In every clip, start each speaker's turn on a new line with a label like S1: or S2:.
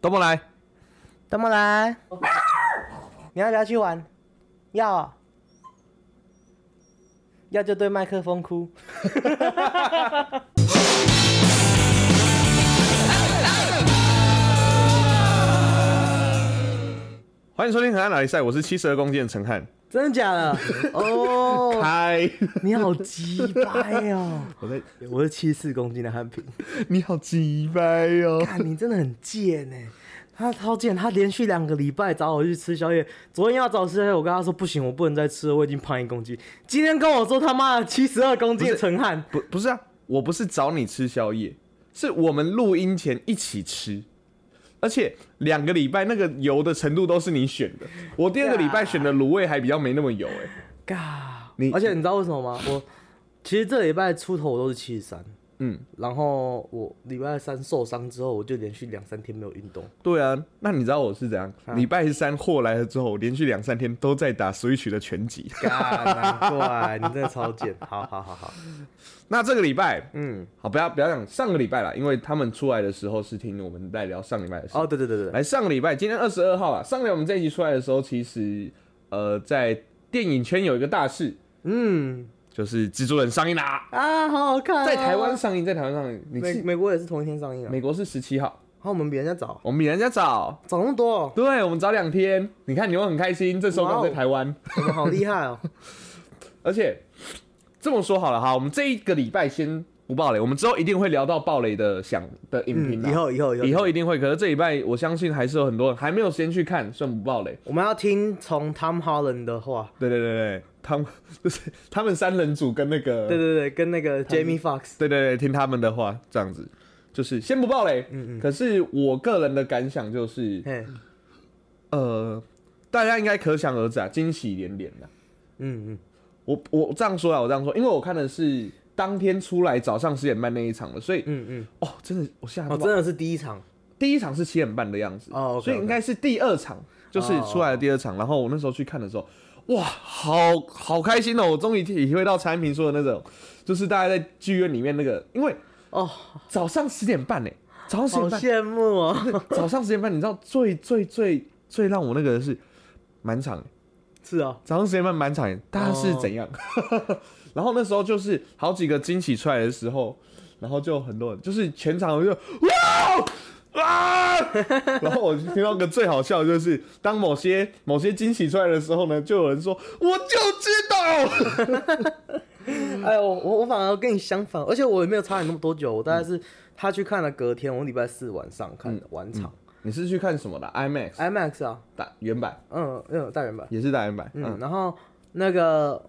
S1: 都不来，
S2: 怎么来？你要不要去玩？要哦、要就对麦克风哭。
S1: 欢迎收听《河岸哪里赛》，我是七十二公斤的陈汉。
S2: 真的假 的？哦，
S1: 嗨，
S2: 你好鸡掰哦！
S1: 我在，
S2: 我是七四公斤的汉平，
S1: 你好鸡掰哦！
S2: 看你真的很贱欸呢。他超贱，他连续两个礼拜找我去吃宵夜。昨天要找我吃宵夜，我跟他说不行，我不能再吃了，我已经胖一公斤。今天跟我说他妈的七十二公斤的陈汉，
S1: 不，不是啊，我不是找你吃宵夜，是我们录音前一起吃，而且两个礼拜那个油的程度都是你选的。我第二个礼拜选的卤味还比较没那么油、欸，哎，
S2: 嘎！
S1: 你
S2: 而且你知道为什么吗？我其实这礼拜出头我都是七十三，
S1: 嗯，
S2: 然后我礼拜三受伤之后，我就连续两三天没有运动。
S1: 对啊。那你知道我是怎样？礼拜三货来了之后，我连续两三天都在打 Switch 的全 集。
S2: 嘎，难怪你真的超贱。好好好好，
S1: 那这个礼拜，
S2: 嗯，
S1: 好，不要不要讲上个礼拜啦，因为他们出来的时候是听我们在聊上礼拜的事。
S2: 哦，对对对对对，
S1: 来，上个礼拜，今天二十二号啊，上个礼拜我们这一集出来的时候，其实呃，在电影圈有一个大事，
S2: 嗯
S1: 就是《蜘蛛人》上映啦，
S2: 啊，好好看啊、
S1: 在台湾上映，在台湾上映，你
S2: 美
S1: 是
S2: 美国也是同一天上映啊，
S1: 美国是十七号，
S2: 然后我们比人家早，
S1: 我们比人家早，
S2: 早那么多哦、
S1: 对，我们早两天，你看你会很开心，这时候刚好在
S2: 哇哦
S1: 台湾，
S2: 我们好厉 害哦、
S1: 而且这么说好了哈，我们这一个礼拜先不爆雷，我们之后一定会聊到爆雷的想的影评
S2: 嗯，
S1: 啦、
S2: 以后以后以后，
S1: 以后一定会，可是这礼拜我相信还是有很多人还没有先去看，算不爆雷。
S2: 我们要听从 Tom Holland 的话，
S1: 对对对对，他们 就是他们三人组跟那个
S2: 对对对，跟那个 Jamie Fox，
S1: 对对对，听他们的话，这样子就是先不爆雷。
S2: 嗯嗯
S1: 可是我个人的感想就是，
S2: 嘿，
S1: 呃，大家应该可想而知啊，惊喜连连的。
S2: 嗯嗯，
S1: 我我这样说啊，我这样说，因为我看的是当天出来早上十点半那一场的，所以、
S2: 嗯嗯，
S1: 哦，真的我吓到
S2: 哦，真的是第一场，
S1: 第一场是七点半的样子，
S2: 哦，OK，OK
S1: 所以应该是第二场，就是出来的第二场。然后我那时候去看的时候，哇，好好开心哦！我终于体会到产品说的那种，就是大家在剧院里面那个，因为
S2: 哦，
S1: 早上十点半呢，早上十
S2: 好
S1: 点半，
S2: 羡慕哦！
S1: 早上十点半，你知道最最最最让我那个的是满场耶，
S2: 是啊，
S1: 早上十点半满场耶，大家是怎样？ 然后那时候就是好几个惊喜出来的时候，然后就很多人，就是全场就哇 啊！然后我听到个最好笑的就是，当某些某些惊喜出来的时候呢，就有人说我就知道，嗯
S2: 哎呦，我我我反而跟你相反，而且我也没有差你那么多久，我
S1: 嗯
S2: 大概是他去看了隔天，我礼拜四晚上看的晚场
S1: 你是去看什么的？IMAX
S2: IMAX 啊，
S1: 打原版
S2: 嗯嗯，大原版，
S1: 也是打原版，
S2: 嗯，
S1: 嗯，
S2: 然后那个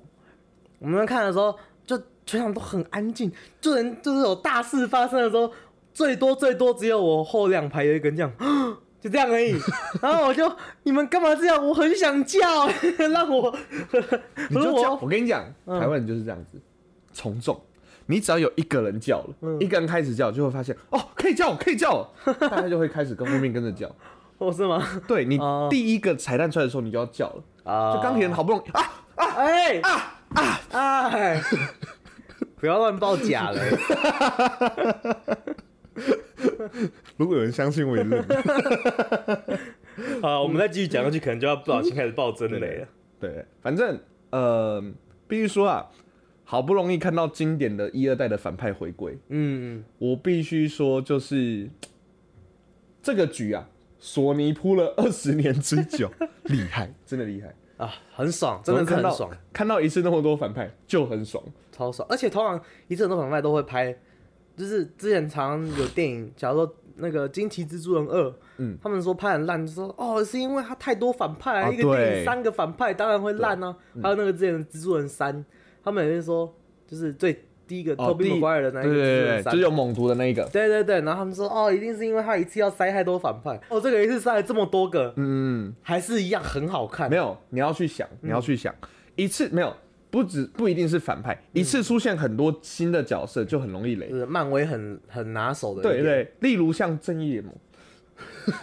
S2: 我们看的时候，就全场都很安静，就连就是有大事发生的时候，最多最多只有我后两排有一个人这样。 就这样而已，然后我就你们干嘛这样？我很想叫， 让我，
S1: 你
S2: 可是
S1: 就叫
S2: 我嗯
S1: 我跟你讲，台湾人就是这样子，从众。你只要有一个人叫了，
S2: 嗯
S1: 一个人开始叫，就会发现哦，可以叫我，可以叫我， 大家就会开始跟后面跟着叫。
S2: 我是吗？
S1: 对你
S2: 哦
S1: 第一个彩蛋出来的时候，你就要叫了。
S2: 啊
S1: 就钢铁人好不容易啊，
S2: 哎啊啊！哎，不要乱报假了。
S1: 如果有人相信我也 认。
S2: 好，我们再继续讲下去，可能就要不小心开始爆真雷了。
S1: 对，反正呃，必须说啊，好不容易看到经典的一二代的反派回归，
S2: 嗯，
S1: 我必须说就是这个局啊，索尼铺了二十年之 久，厉害，真的厉害。
S2: 啊，很爽，真的是
S1: 看
S2: 很
S1: 到
S2: 爽，
S1: 看到一次那么多反派就很爽。
S2: 超爽。而且通常一次很多反派都会拍，就是之前常有电影，假如说那个《惊奇蜘蛛人二》，
S1: 嗯，
S2: 他们说拍很烂，就说哦是因为他太多反派啊，
S1: 啊
S2: 一个电
S1: 对嗯
S2: 影三个反派当然会烂啊。还有那个之前的《蜘蛛人三》，他们也是说就是最第一个
S1: 哦，
S2: Tobey
S1: 第
S2: Maguire 的那一
S1: 对
S2: 个
S1: 对
S2: 《蜘蛛
S1: 对
S2: 人
S1: 对，
S2: 三
S1: 就》是有猛毒的那一个。
S2: 对对对，然后他们说哦，一定是因为他一次要塞太多反派，哦，这个一次塞了这么多个，
S1: 嗯，
S2: 还是一样很好看。
S1: 没
S2: 有，
S1: 有，你要去想，你要去想，一次没有，不止不一定是反派，一次出现很多新的角色就很容易雷。
S2: 就是漫威很很拿手的一
S1: 对
S2: 点。
S1: 对，例如像正义联盟，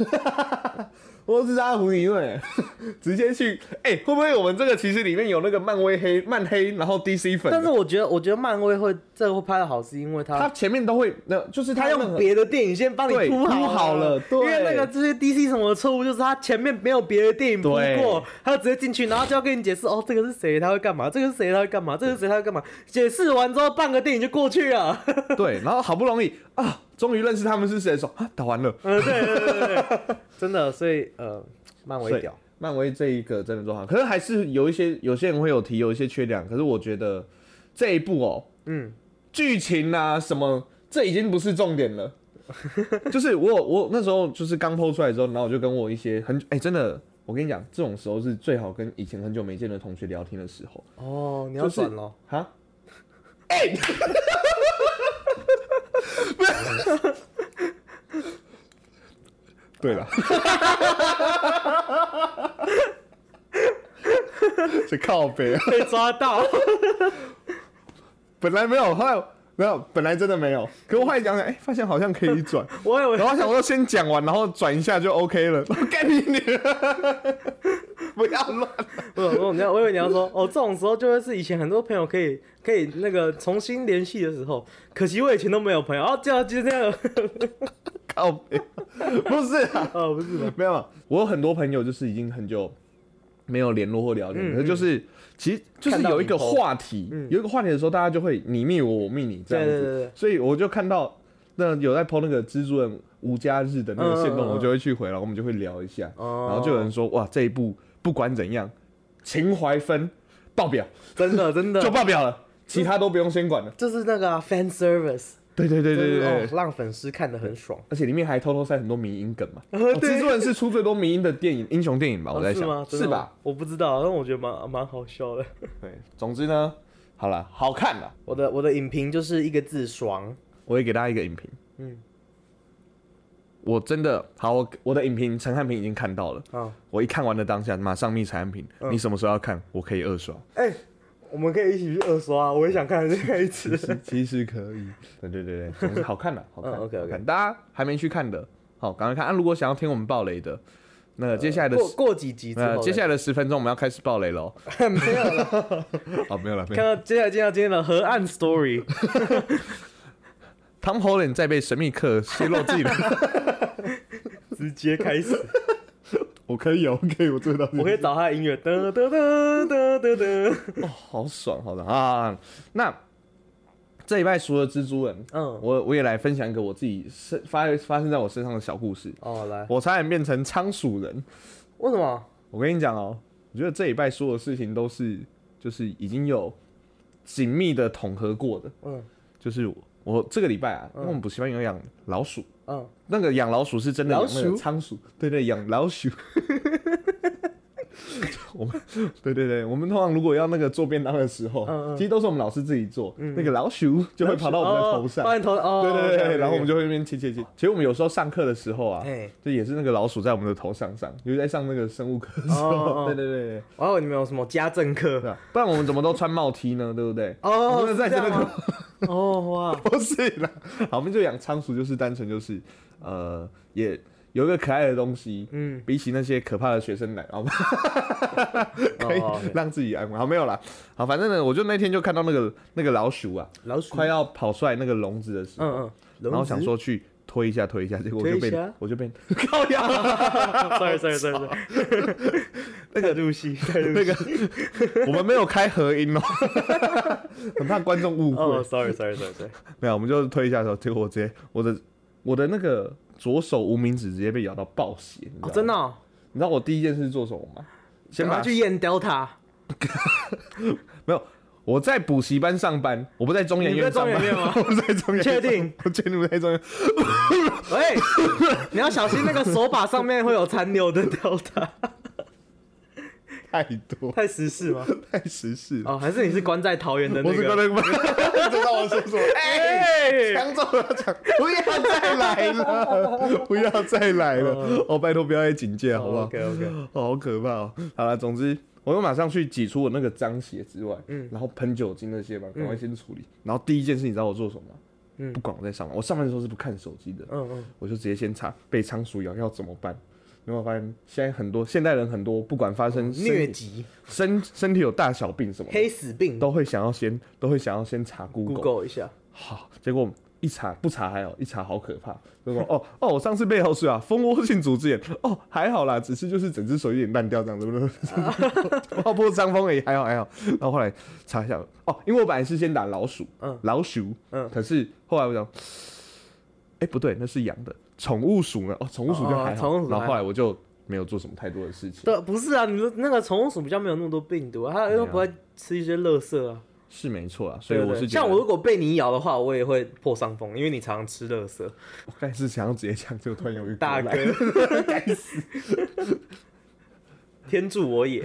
S1: 我是阿胡尼瑞， 直接去哎、会不会我们这个其实里面有那个漫威黑漫黑，然后 DC 粉的？
S2: 但是我觉得，我觉得漫威会这个会拍的好，是因为他
S1: 他前面都会那，就是
S2: 他
S1: 他任
S2: 用
S1: 何
S2: 别的电影先帮你
S1: 对
S2: 铺
S1: 铺好
S2: 了
S1: 了，对
S2: 因为那个这些 DC 什么的错误就是他前面没有别的电影铺
S1: 对
S2: 过，他直接进去，然后就要跟你解释哦，这个是谁，他会干嘛，这个是谁，他会干嘛，这个是谁，他会干嘛，解释完之后半个电影就过去 了。
S1: 对，然后好不容易啊，终于认识他们是谁的时候啊，打完了。
S2: 嗯，对对对对对， 真的，所以呃，漫威
S1: 所以
S2: 屌，
S1: 漫威这一个真的做好，可是还是有一些有些人会有提有一些缺点，可是我觉得这一部哦，
S2: 嗯，
S1: 剧情啊什么，这已经不是重点了。就是我有我那时候就是刚剖出来之后，然后我就跟我一些很哎、真的，我跟你讲，这种时候是最好跟以前很久没见的同学聊天的时候。
S2: 哦，你要
S1: 就是
S2: 转咯，
S1: 哈，哎、 对了， 这靠北啊！
S2: 被抓到，
S1: 本来没有，后来没有，本来真的没有。可我后来想想，哎、发现好像可以转，
S2: 我以为
S1: 然后想说先讲完，然后转一下就 OK 了。干你女儿！不要乱！
S2: 不，我你要，我以为你要说，哦，这种时候就会是以前很多朋友可以可以那个重新联系的时候，可惜我以前都没有朋友，哦，就就这样，
S1: 靠北，不是啊。
S2: 哦，不是吗？
S1: 没有，我有很多朋友就是已经很久没有联络或聊天，
S2: 嗯
S1: 可是就是其实就是
S2: 看到
S1: 有一
S2: 你
S1: 个
S2: po
S1: 话题，
S2: 嗯
S1: 有一个话题的时候，大家就会你密我，我密你这样子，
S2: 对对对对
S1: 所以我就看到那有在 PO 那个蜘蛛人无家日的那个线
S2: 嗯嗯
S1: 动，
S2: 嗯
S1: 我就会去回，然后我们就会聊一下，
S2: 哦
S1: 然后就有人说哇这一部不管怎样，情怀分爆表
S2: 真的真的，
S1: 就爆表
S2: 嗯
S1: 了，其他都不用先管了。
S2: 就是那个啊、fan service，
S1: 对对对
S2: 就
S1: 对
S2: 是
S1: 对
S2: 哦，
S1: 对。
S2: 让粉丝看得很爽。
S1: 而且里面还偷偷塞很多迷因梗嘛，
S2: 对
S1: 哦蜘蛛人是出最多迷因的电影英雄电影吧？我在
S2: 哦是吗
S1: 想，？
S2: 真的
S1: 是
S2: 吗
S1: 吧？？
S2: 我不知道，但我觉得蛮蛮好笑的。
S1: 对，总之呢，好了，好看了，
S2: 我的我的影评就是一个字爽，
S1: 我也给大家一个影评。
S2: 嗯，
S1: 我真的好，我我的影评陈汉平已经看到了，
S2: 啊，
S1: 我一看完的当下马上密陈汉平，你什么时候要看？我可以二刷，
S2: 哎、我们可以一起去二刷，啊我也想看这个一次。
S1: 其实可以。对对对对，总之好看了，好看。
S2: 嗯，OK，OK
S1: 好看大家还没去看的，好，赶快看。啊，如果想要听我们爆雷的，那接下来的
S2: 过
S1: 十
S2: 过几集之后
S1: 呃
S2: 再，
S1: 接下来的十分钟我们要开始爆雷 喽。
S2: 没有了。
S1: 好，没有了，没有
S2: 看
S1: 了。
S2: 到接下来见到今天的河岸 story，
S1: Tom Holland 在被神秘客泄露 自己的，
S2: 直接开始。
S1: 我可以，我可以，我做到。
S2: 我可以找他的音乐，噔噔噔噔噔噔。
S1: 哦，好爽，好爽啊！那这礼拜除了蜘蛛人，
S2: 嗯，
S1: 我我也来分享一个我自己身发发生在我身上的小故事。
S2: 哦，来，
S1: 我差点变成仓鼠人。
S2: 为什么？
S1: 我跟你讲哦，我觉得这礼拜所有事情都是就是已经有紧密的统合过的。
S2: 嗯
S1: 就是我我这个礼拜啊，因为我们补习班有养老鼠，
S2: 嗯，
S1: 那个养老鼠是真的养那
S2: 老
S1: 个
S2: 鼠
S1: 仓鼠，对对，养老鼠。 我们对对对，我们通常如果要那个做便当的时候，
S2: 嗯嗯嗯
S1: 其实都是我们老师自己做，那个老鼠就会跑到我们的头上
S2: 哦，到你头哦，
S1: 对对对对，然后我们
S2: 就
S1: 就会那边切切切。其实我们有时候上课的时候啊
S2: 嘿，
S1: 就也是那个老鼠在我们的头上上，尤其在上那个生物课的时
S2: 哦
S1: 候，
S2: 哦
S1: 对对对对
S2: 我还以为你们有什么家政
S1: 对
S2: 课
S1: 啊，不然我们怎么都穿帽 T 呢？ 对不对？
S2: 哦，
S1: 我们
S2: 是
S1: 在
S2: 这
S1: 这
S2: 样
S1: 个
S2: 吗？哦哇，
S1: 不是啦，好，我们就养仓鼠，就是单纯就是呃，也有一个可爱的东西，
S2: 嗯，
S1: 比起那些可怕的学生来，好吧， 可以
S2: 哦，OK
S1: 让自己安稳。好，没有啦，好，反正呢，我就那天就看到那个那个老鼠啊，
S2: 哦老鼠，
S1: 快要跑出来那个笼子的时候，
S2: 嗯嗯，
S1: 然后 想说去推一下推一下，结果我就
S2: 推一
S1: 被
S2: 下
S1: 我就被 靠呀，
S2: ，sorry sorry sorry sorry，那个入戏，
S1: 那个我们没有开合音哦， 很怕观众误
S2: 哦
S1: 会。啊
S2: ，sorry sorry sorry sorry，
S1: 没有，我们就推一下的时候，结果我直接我的我的那个左手无名指直接被咬到爆血，你知道
S2: 哦，
S1: 吗
S2: 真的哦，
S1: 你知道我第一件事做什么吗？先
S2: 赶
S1: 把
S2: 快去验 Delta，
S1: 没有，我在补习班上班，我不在中研
S2: 你不在
S1: 院上
S2: 中研
S1: 班，
S2: 院 吗
S1: 我不在中研院，
S2: 确定？
S1: 我确定不在中研院。
S2: 喂，你要小心那个手把上面会有残留的 Delta，
S1: 太多
S2: 太时事吗？
S1: 太时事了。
S2: 哦，还是你是关在桃园的
S1: 我
S2: 那
S1: 是高
S2: 个？
S1: 登班， 你知道我说什么？哎、
S2: 哎
S1: 抢走了，抢！不要再来 了，不要再来了！哦，拜托不要再警戒，好不好？
S2: OK OK，
S1: 哦好可怕哦！好了，总之我又马上去挤出我那
S2: 嗯
S1: 个脏血之外，嗯，然后喷酒精那些吧，赶快先处理。然后第一件事你知道我做什么吗？不管我在上班，我上班的时候是不看手机的，
S2: 嗯嗯，
S1: 我就直接先查被仓鼠咬要怎么办。然后发现现在很多现代人很多，不管发生身体
S2: 疟疾、
S1: 身身体有大小病什么的，
S2: 黑死病
S1: 都会想要先都会想要先查 Google，,
S2: ，Google 一下，
S1: 好，结果一查不查还好，一查好可怕。就说哦哦，我上次被老鼠啊，蜂窝性组织炎，哦还好啦，只是就是整只手有点烂掉这样子， 爆破伤风而已，还好还好。然后后来查一下，哦，因为我本来是先打老鼠，
S2: 嗯
S1: 老鼠，
S2: 嗯
S1: 可是后来我想，哎不对，那是羊的，宠物鼠呢？哦，宠物鼠就
S2: 哦
S1: 还好。
S2: 宠物鼠
S1: 然
S2: 还
S1: 后后来我就没有做什么太多的事情，
S2: 对，不是啊，你说那个宠物鼠比较没有那么多病毒啊，它又不会吃一些垃圾啊。
S1: 是没错啊。所以
S2: 对
S1: 我
S2: 对
S1: 是觉
S2: 像
S1: 得
S2: 我如果被你咬的话，我也会破伤风，因为你常常吃垃圾。
S1: 我刚才是想要直接讲，结果突然有一股
S2: 大
S1: 来
S2: 哥，天助我也！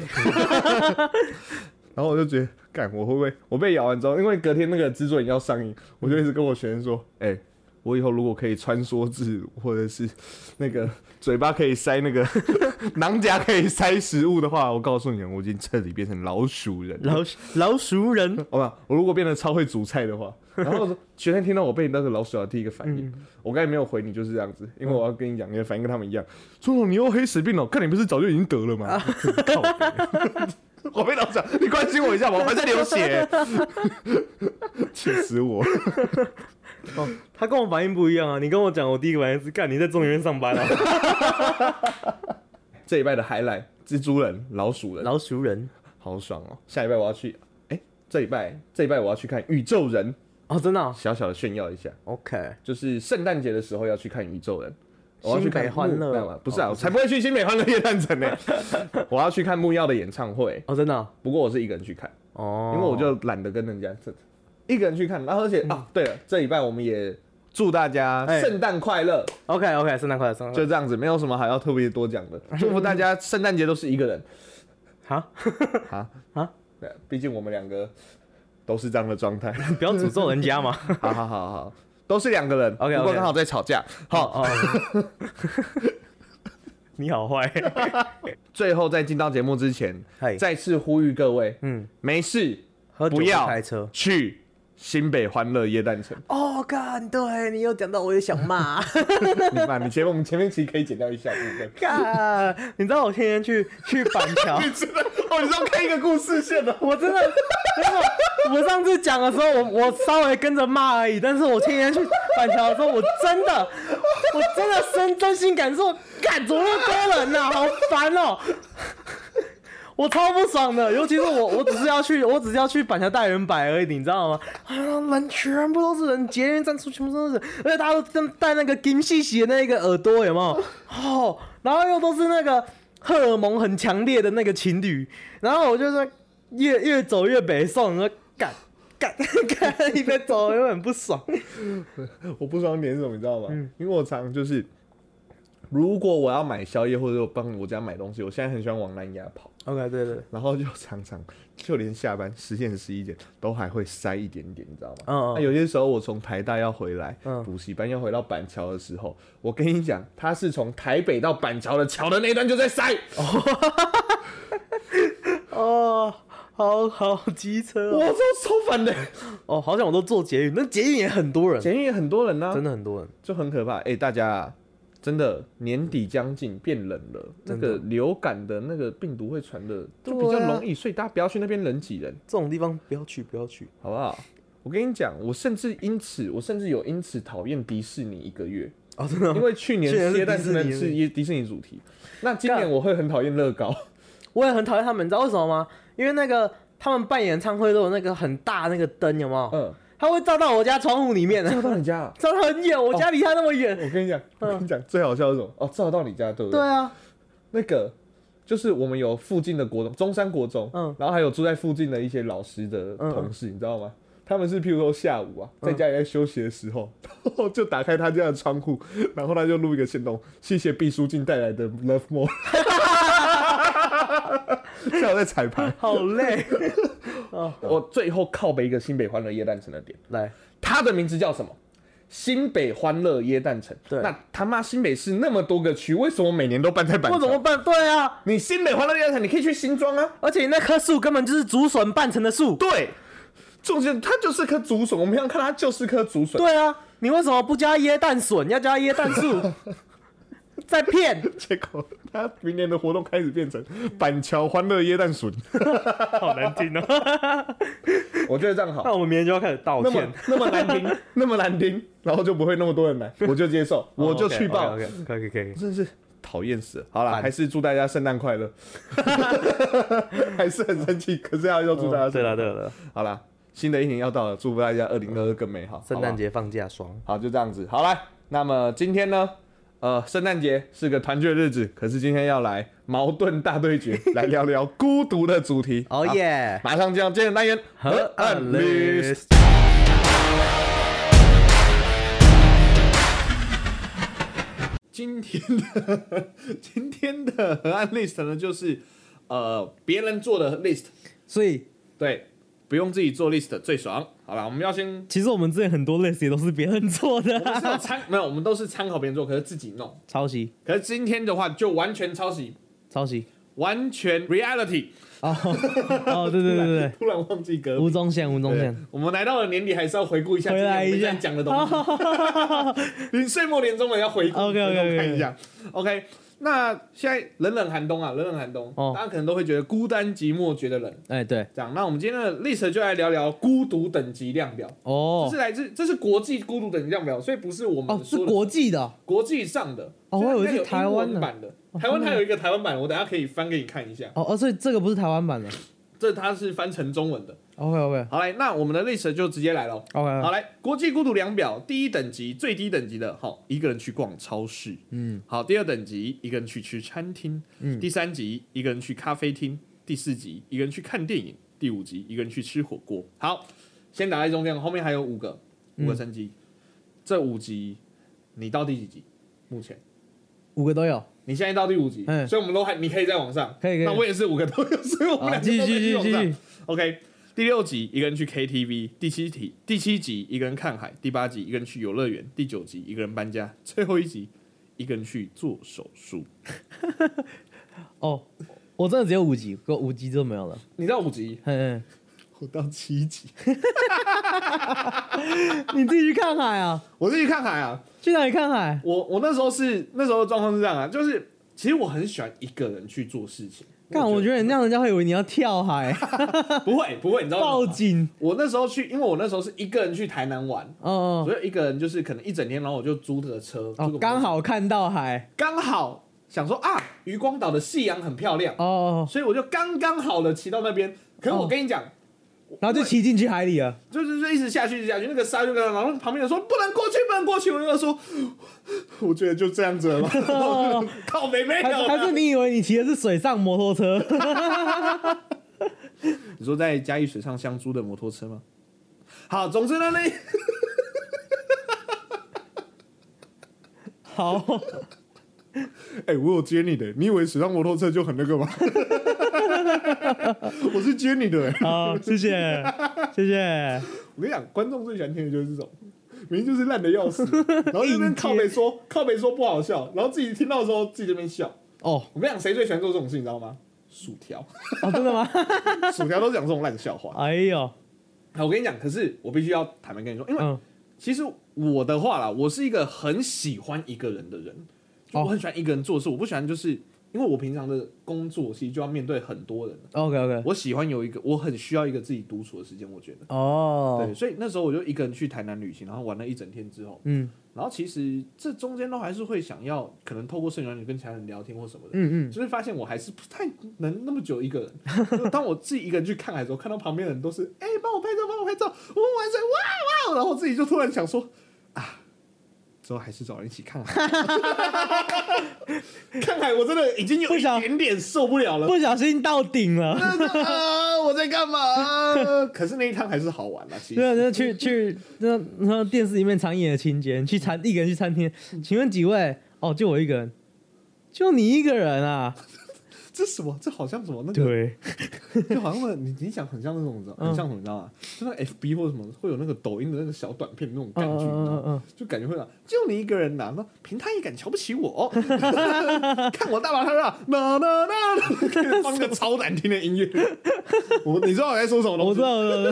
S1: 然后我就觉得，干我会不会我被咬完之后，因为隔天那个制作饮要上映，我就一直跟我学生说，哎、我以后如果可以穿梭自如，或者是那个嘴巴可以塞那个 囊夹可以塞食物的话，我告诉你们，我已经彻底变成老鼠人了。
S2: 老鼠老熟人，
S1: 好吧，哦我如果变得超会煮菜的话， 然后学生听到我被那个老鼠咬的第一个反应，我刚才没有回你就是这样子，因为我要跟你讲，你的反应跟他们一样。钟总，你又黑死病了，看你不是早就已经得了 吗？靠北我被老鼠咬，你关心我一下吧，我还在流血， 气死我！
S2: 哦他跟我反应不一样啊！你跟我讲，我第一个反应是干你在中研院上班啊，
S1: 这一拜的 highlight，蜘蛛人、老鼠人，
S2: 老熟人
S1: 好爽哦！下礼拜我要去，哎、这礼拜这礼拜我要去看宇宙人，
S2: 哦，真的啊
S1: 小小的炫耀一下。
S2: OK，
S1: 就是圣诞节的时候要去看宇宙人。我要去
S2: 新北
S1: 看
S2: 欢
S1: 木
S2: 乐
S1: 没有啊不是啊，
S2: 哦
S1: 我
S2: 不
S1: 才不会去新北欢乐夜诞城呢。 我要去看木曜的演唱会，
S2: 哦，真的啊
S1: 不过我是一个人去看，
S2: 哦嗯
S1: 因，为我就懒得跟人家这一个人去看。然后而且啊，对了，这礼拜我们也祝大家
S2: 哎
S1: 圣诞快乐，
S2: OK OK，圣诞快乐，圣诞快乐
S1: 就这样子，没有什么还要特别多 讲的。祝福大家圣诞节都是一个人
S2: 好，
S1: 啊
S2: 啊！
S1: 对毕竟我们两个都是这样的状 态。
S2: 不要诅咒人家嘛。
S1: 好好好好，都是两个人，
S2: OK，OK
S1: 不过刚好在吵架。好，
S2: 哦，你好坏，
S1: 最后在进到节目之前，
S2: 嗨，
S1: 再次呼吁各位，
S2: 嗯，
S1: 没事
S2: 喝酒
S1: 不要
S2: 开车。
S1: 去新北欢乐夜诞城。
S2: 哦，干，对你又讲到，我也想骂。
S1: 你
S2: 嗯
S1: 妈，你前面我们前面其实可以剪掉一小部 分。
S2: 干，你知道我天天去去板 桥，
S1: 你真的，哦，你知道看一个故事线哦的，
S2: 我真的，真的，我上次讲的时候，我我稍微跟着骂而已，但是我天天去板桥的时候，我真的，我真的真真心感受，干怎么那么多人呐、好烦哦、我超不爽的，尤其是我，我只是要去，我只是要去板桥大圆摆而已，你知道吗？啊，人全部都是人，捷运站出全部都是人，而且大家都戴戴那个金细细的那个耳朵，有没有？哦，然后又都是那个荷尔蒙很强烈的那个情侣，然后我就说越越走越北宋，我说干干干，一边走又很不爽。
S1: 我不爽点是什么，你知道吗？
S2: 嗯
S1: 因为我常就是，如果我要买宵夜或者我帮我家买东西，我现在很喜欢往南亚跑，
S2: OK，对对对，
S1: 然后就常常就连下班十点十一点都还会塞一点点，你知道吗？
S2: 嗯嗯
S1: 那有些时候我从台大要回来，
S2: 嗯
S1: 补习班要回到板桥的时候，我跟你讲，他是从台北到板桥的桥的那一段就在塞，
S2: 哦，好好机车
S1: 我
S2: 哦，
S1: 都超烦的。
S2: 哦，好像我都坐捷运，那捷啊运也很多人，
S1: 前面也很多人呢、
S2: 真的很多人。
S1: 就很可怕。哎、大家、啊、真的年底将近变冷了，那
S2: 真的
S1: 个流感的那个病毒会传的就比
S2: 对
S1: 较
S2: 啊
S1: 容易，所以大家不要去那边人挤人，
S2: 这种地方不要去，不要去。
S1: 好不好？我跟你讲，我甚至因此，我甚至有因此讨厌迪士尼一个 月。
S2: 哦，真的
S1: 因
S2: 吗，
S1: 为去年
S2: 去年是
S1: 圣诞
S2: 迪
S1: 是
S2: 士尼
S1: 是迪士尼主题，那今年
S2: 干
S1: 我会很讨厌乐高，
S2: 我也很讨厌他们，你知道为什么吗？因为那个他们办演唱会都有那个很大那个灯，有没有？
S1: 嗯，
S2: 它会照到我家窗户里 面的，
S1: 照到你家啊、
S2: 照得很远，我家离它那么远。
S1: 我跟你讲，我跟你讲，最好笑的是什么？哦，照到你家，对不
S2: 对
S1: 对？
S2: 啊，
S1: 那个就是我们有附近的国中，中山国中，
S2: 嗯
S1: 然后还有住在附近的一些老师的
S2: 嗯
S1: 同事，你知道吗？他们是譬如说下午啊，在家里在休息的时候， 然后就打开他家的窗户，然后他就录一个线动，谢谢毕书尽带来的 Love More，下午在彩排。
S2: 好 累。哦，
S1: 我最后靠北一个新北欢乐夜诞城的点，
S2: 来，
S1: 它的名字叫什么？新北欢乐耶诞城。
S2: 对
S1: 那他妈新北市那么多个区，为什么每年都办在板
S2: 我
S1: 桥？
S2: 怎么办？对啊，
S1: 你新北欢乐耶诞城，你可以去新庄啊。
S2: 而且那棵树根本就是竹笋扮成的树。
S1: 对，重点它就是棵竹笋，我们要看它就是棵竹笋。
S2: 对啊，你为什么不加椰蛋笋，要加椰蛋 素？在骗，
S1: 结果他明年的活动开始变成板桥欢乐椰蛋笋，
S2: 好难听哦。
S1: 我觉得这样
S2: 那
S1: 好，
S2: 我们明天就要开始道
S1: 那
S2: 歉
S1: 么。那么难 听，那么难听，然后就不会那么多 人来，我就接受，我就去报，
S2: OK，可以可以。
S1: 真的是讨厌死了。好了，
S2: 烦
S1: 还是祝大家圣诞快 乐，还是很生气，可是要要祝大家、
S2: 对了啊对。了，
S1: 好了，新的一年要到了，祝福大家二零二二更美好，
S2: 圣诞
S1: 节
S2: 节放假爽。
S1: 好就这样子。好来，那么今天呢？呃，圣诞节是个团聚的日子，可是今天要来矛盾大对决，来聊聊孤独的主题。
S2: 哦
S1: 好
S2: 耶！
S1: 马上就要进入单元
S2: 和
S1: 案 list。今天的今天的河岸 list 呢，就是呃别人做的 list，
S2: 所以
S1: 对，不用自己做 list 最爽。好了，我们要先
S2: 其实我们之前很多类似也都是别人做
S1: 我们是
S2: 的，
S1: 有参没有，我们都是参考别人做，可是自己弄。
S2: 抄袭
S1: 可是今天的话就完全抄袭，
S2: 抄袭。
S1: 完全 reality。
S2: 哦哦，对对对对
S1: 突然忘记
S2: 对，
S1: 歌。
S2: 吴宗宪吴宗
S1: 对
S2: 宪，，
S1: 我们来到了年底，还是要回顾一下
S2: 回来
S1: 今
S2: 一
S1: 年我
S2: 下
S1: 们这样讲的东西。 临岁末年终了，要回顾
S2: OK，OK，OK，
S1: 回头看一下。OK，那现在冷冷寒冬啊，冷冷寒冬，
S2: 哦
S1: 大家可能都会觉得孤单寂寞觉得冷。
S2: 哎对
S1: 这样，那我们今天的 list 就来聊聊孤独等级量表，这
S2: 哦
S1: 是来自这是国际孤独等级量表，所以不是我
S2: 哦
S1: 们
S2: 是
S1: 说的
S2: 国际的哦
S1: 国际上的。
S2: 哦
S1: 所它
S2: 我以为
S1: 应该
S2: 是
S1: 有英
S2: 台
S1: 文
S2: 湾的
S1: 版的，
S2: 哦
S1: 台湾它
S2: 真的
S1: 有一个台湾版，我等下可以翻给你看一下，
S2: 哦哦，所以这个不是台湾版的。
S1: 这它是翻成中文的。
S2: OK OK
S1: 好来，那我们的 list 就直接来喽。
S2: OK，
S1: 好来，国际孤独量表第一等级最低等级的，好，一个人去逛超市。
S2: 嗯，
S1: 好，第二等级一个人去吃餐厅，
S2: 嗯
S1: 第三级一个人去咖啡厅，第四级一个人去看电影，第五级一个人去吃火锅。好，先打在中间，后面还有五个五个升
S2: 嗯
S1: 级，这五级你到第几级？目前
S2: 五个都有。
S1: 你现在到第五级，
S2: 嗯
S1: 所以我们都还你可以再往上，
S2: 可以可以
S1: 那我也是五个都有，所以我们
S2: 好，
S1: 两
S2: 继
S1: 个都可以
S2: 续啊继续
S1: 往
S2: 继
S1: 上。
S2: 续。
S1: OK，第六集一个人去 KTV，第七题第七集一个人看海，第八集一个人去游乐园，第九集一个人搬家，最后一集一个人去做手术。
S2: 哦，我真的只有五集，我五集就没有了。
S1: 你到五集，
S2: 嗯
S1: 我到七集，
S2: 嗯， 你自己去看海啊？
S1: 我是去看海啊。
S2: 去哪里看海？
S1: 我我那时候是那时候的状况是这样啊，就是其实我很喜欢一个人去做事情。
S2: 看，我觉得你那样人家会以为你要跳 海，
S1: 得不会不会，你知道
S2: 报
S1: 吗？
S2: 警。
S1: 我那时候去，因为我那时候是一个人去台南玩，
S2: 哦
S1: 所以一个人就是可能一整天，然后我就租这个车，租
S2: 哦，
S1: 个
S2: 刚好看到海。
S1: 刚好想说啊，渔光岛的夕阳很漂亮，
S2: 哦，
S1: 所以我就刚刚好的骑到那边。可是我
S2: 哦
S1: 跟你讲，
S2: 然后就骑进去海里啊了。
S1: 就是就一直下去，一直下去，那个沙就跟他，然后旁边人说不能过去，不能过去，我就说，我觉得就这样子 了吧，然后我就靠没没有
S2: 还是还是
S1: 啦。
S2: 你以为你骑的是水上摩托车？
S1: 你说在嘉义水上相租的摩托车吗？好，总之呢，那
S2: 好，
S1: 哎、我有接你的，你以为水上摩托车就很那 个吗？我是接你的、哎
S2: 好，谢谢，谢谢。
S1: 我跟你讲，观众最喜欢听的就是这种，明明就是烂的 要死，然后这边靠北说靠北说不好笑，然后自己听到的时候自己这边笑。
S2: 哦
S1: 我跟你讲，谁最喜欢做这种事，你知道吗？薯条，
S2: 哦，真的 吗？
S1: 薯条都讲这种烂笑话。
S2: 哎呦，
S1: 好，我跟你讲，可是我必须要坦白跟你说，因为
S2: 嗯，
S1: 其实我的话啦，我是一个很喜欢一个人的人，就
S2: 哦
S1: 我很喜欢一个人做事，我不喜欢就是因为我平常的工作其实就要面对很多人，
S2: OK OK，
S1: 我喜欢有一个，我很需要一个自己独处的时间，我觉得。
S2: 哦
S1: 对，，所以那时候我就一个人去台南旅行，然后玩了一整天之后，
S2: 嗯
S1: 然后其实这中间都还是会想要，可能透过社交软件跟其他人聊天或什么的，
S2: 嗯嗯，
S1: 就是发现我还是不太能那么久一个人。 就当我自己一个人去看海的时候，看到旁边的人都是哎，帮、我拍照，帮我拍照，我们玩水，哇哇！然后自己就突然想说啊，之后还是找人一起看 海。看海，我真的已经有
S2: 不
S1: 一
S2: 想
S1: 点点受不了了。
S2: 不小心到顶 了。
S1: 啊！我在干嘛？可是那一趟还是好玩啦，其实。
S2: 对，那去去那那电视里面常演的情节，你去餐一个人去餐厅，
S1: 嗯
S2: 请问几位？哦，就我一个人，就你一个人啊？
S1: 这什么？这好像什么那个，
S2: 对，
S1: 就好像那你你讲很像那种，你知道，
S2: 嗯
S1: 很像什么，你知道吗？就那个 FB 或者什么会有那个抖音的那个小短片那种
S2: 嗯
S1: 感觉，你
S2: 嗯
S1: 知道
S2: 嗯
S1: 吗？
S2: 嗯，
S1: 就感觉会啊，就你一个人呐，那平摊也敢瞧不起 我，看我大把他啦，啦啦啦，啦放个超难听的音乐，我你知道我在说什么东
S2: 我知
S1: 西？
S2: 道了。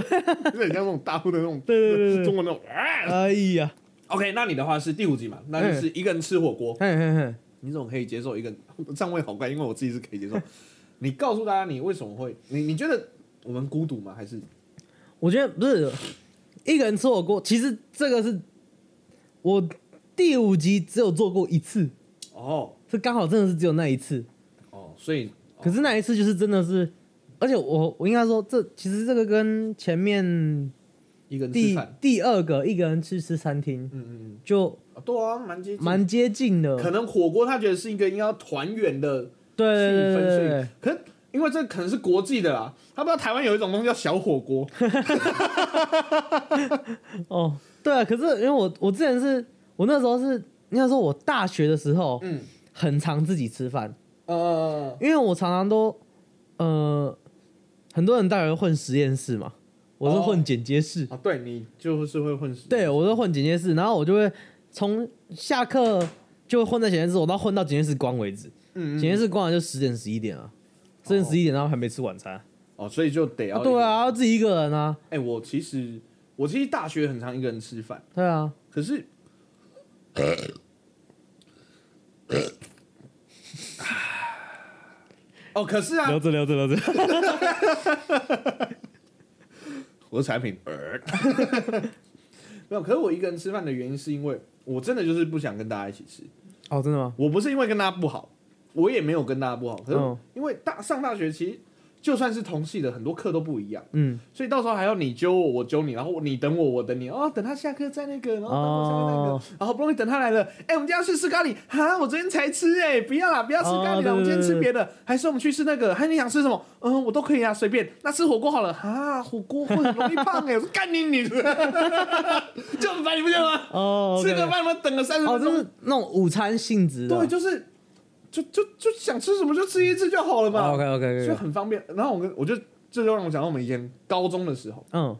S1: 有点像那种大陆的那种，
S2: 对对对对
S1: 中国那种啊，
S2: 哎呀，
S1: OK，那你的话是第五集嘛？那就是一个人吃火锅，
S2: 嘿嘿嘿，
S1: 你怎么可以接受一个人？这样会好怪，因为我自己是可以接受。你告诉大家你为什么会，你你觉得我们孤独吗？还是
S2: 我觉得不是一个人吃火锅，其实这个是我第五集只有做过一次，
S1: 哦
S2: 是刚好真的是只有那一次。
S1: 哦，所以
S2: 可是那一次就是真的是，而且我我应该说这其实这个跟前面
S1: 一个人吃
S2: 第
S1: 饭，
S2: 第二个一个人去吃餐厅
S1: 嗯嗯嗯
S2: 就
S1: 啊，对啊，蛮接近。
S2: 蛮接近的，
S1: 可能火锅他觉得是一个应该要团圆的
S2: 对
S1: 气
S2: 对
S1: 氛，
S2: 对对
S1: 所
S2: 对
S1: 以，可是因为这可能是国际的啦，他不知道台湾有一种东西叫小火 锅，
S2: 嗯哦，对啊，可是因为我我之前是我那时候是应该说我大学的时候
S1: 嗯
S2: 很常自己吃饭，
S1: 呃，
S2: 因为我常常都呃很多人大学混实验室嘛，我是
S1: 哦
S2: 混剪接室，
S1: 啊，对你就是会混食，
S2: 对我是混剪接室，然后我就会从下课就会混在剪接室，我到混到剪接室关为止，
S1: 嗯，嗯
S2: 剪接室关完就十点十一点啊，十点十一点然后还没吃晚餐，
S1: 哦，所以就得要
S2: 啊对，啊，自己一个人啊，
S1: 哎，我其实我其实大学很常一个人吃饭，
S2: 对啊，
S1: 可 是。哦，可是啊，
S2: 聊着聊着聊着，
S1: 我的产 品，呃没有。可是我一个人吃饭的原因是因为我真的就是不想跟大家一起吃，
S2: 哦真的吗？
S1: 我不是因为跟大家不好，我也没有跟大家不好，可
S2: 嗯
S1: 是因为大上大学其实就算是同系的，很多课都不一样，
S2: 嗯，
S1: 所以到时候还要你揪我，我揪你，然后你等我，我等你，哦，等他下课再那个，然后等我下课再那个，
S2: 哦
S1: 然后好不容易等他来了，哎、我们今天要去吃咖喱，哈，我昨天才吃、哎，不要啦，不要吃咖喱了，
S2: 哦
S1: 我们今天
S2: 对对
S1: 吃
S2: 对
S1: 别的，还是我们去吃那个，还是你想吃什么？嗯，我都可以啊，随便，那吃火锅好了，哈，火锅会很容易胖、哎，我说干你你， 就很烦，你不觉得吗？
S2: 哦
S1: 吃个
S2: OK
S1: 饭，我们等个三十
S2: 哦，
S1: 分
S2: 就
S1: 钟，
S2: 是那种午餐性质的。
S1: 对，就是就就就想吃什么就吃一次就好了嘛，
S2: OK OK
S1: 所以
S2: OK，
S1: 很方便。然后我跟我就这就让我想到我们以前高中的时候，
S2: 嗯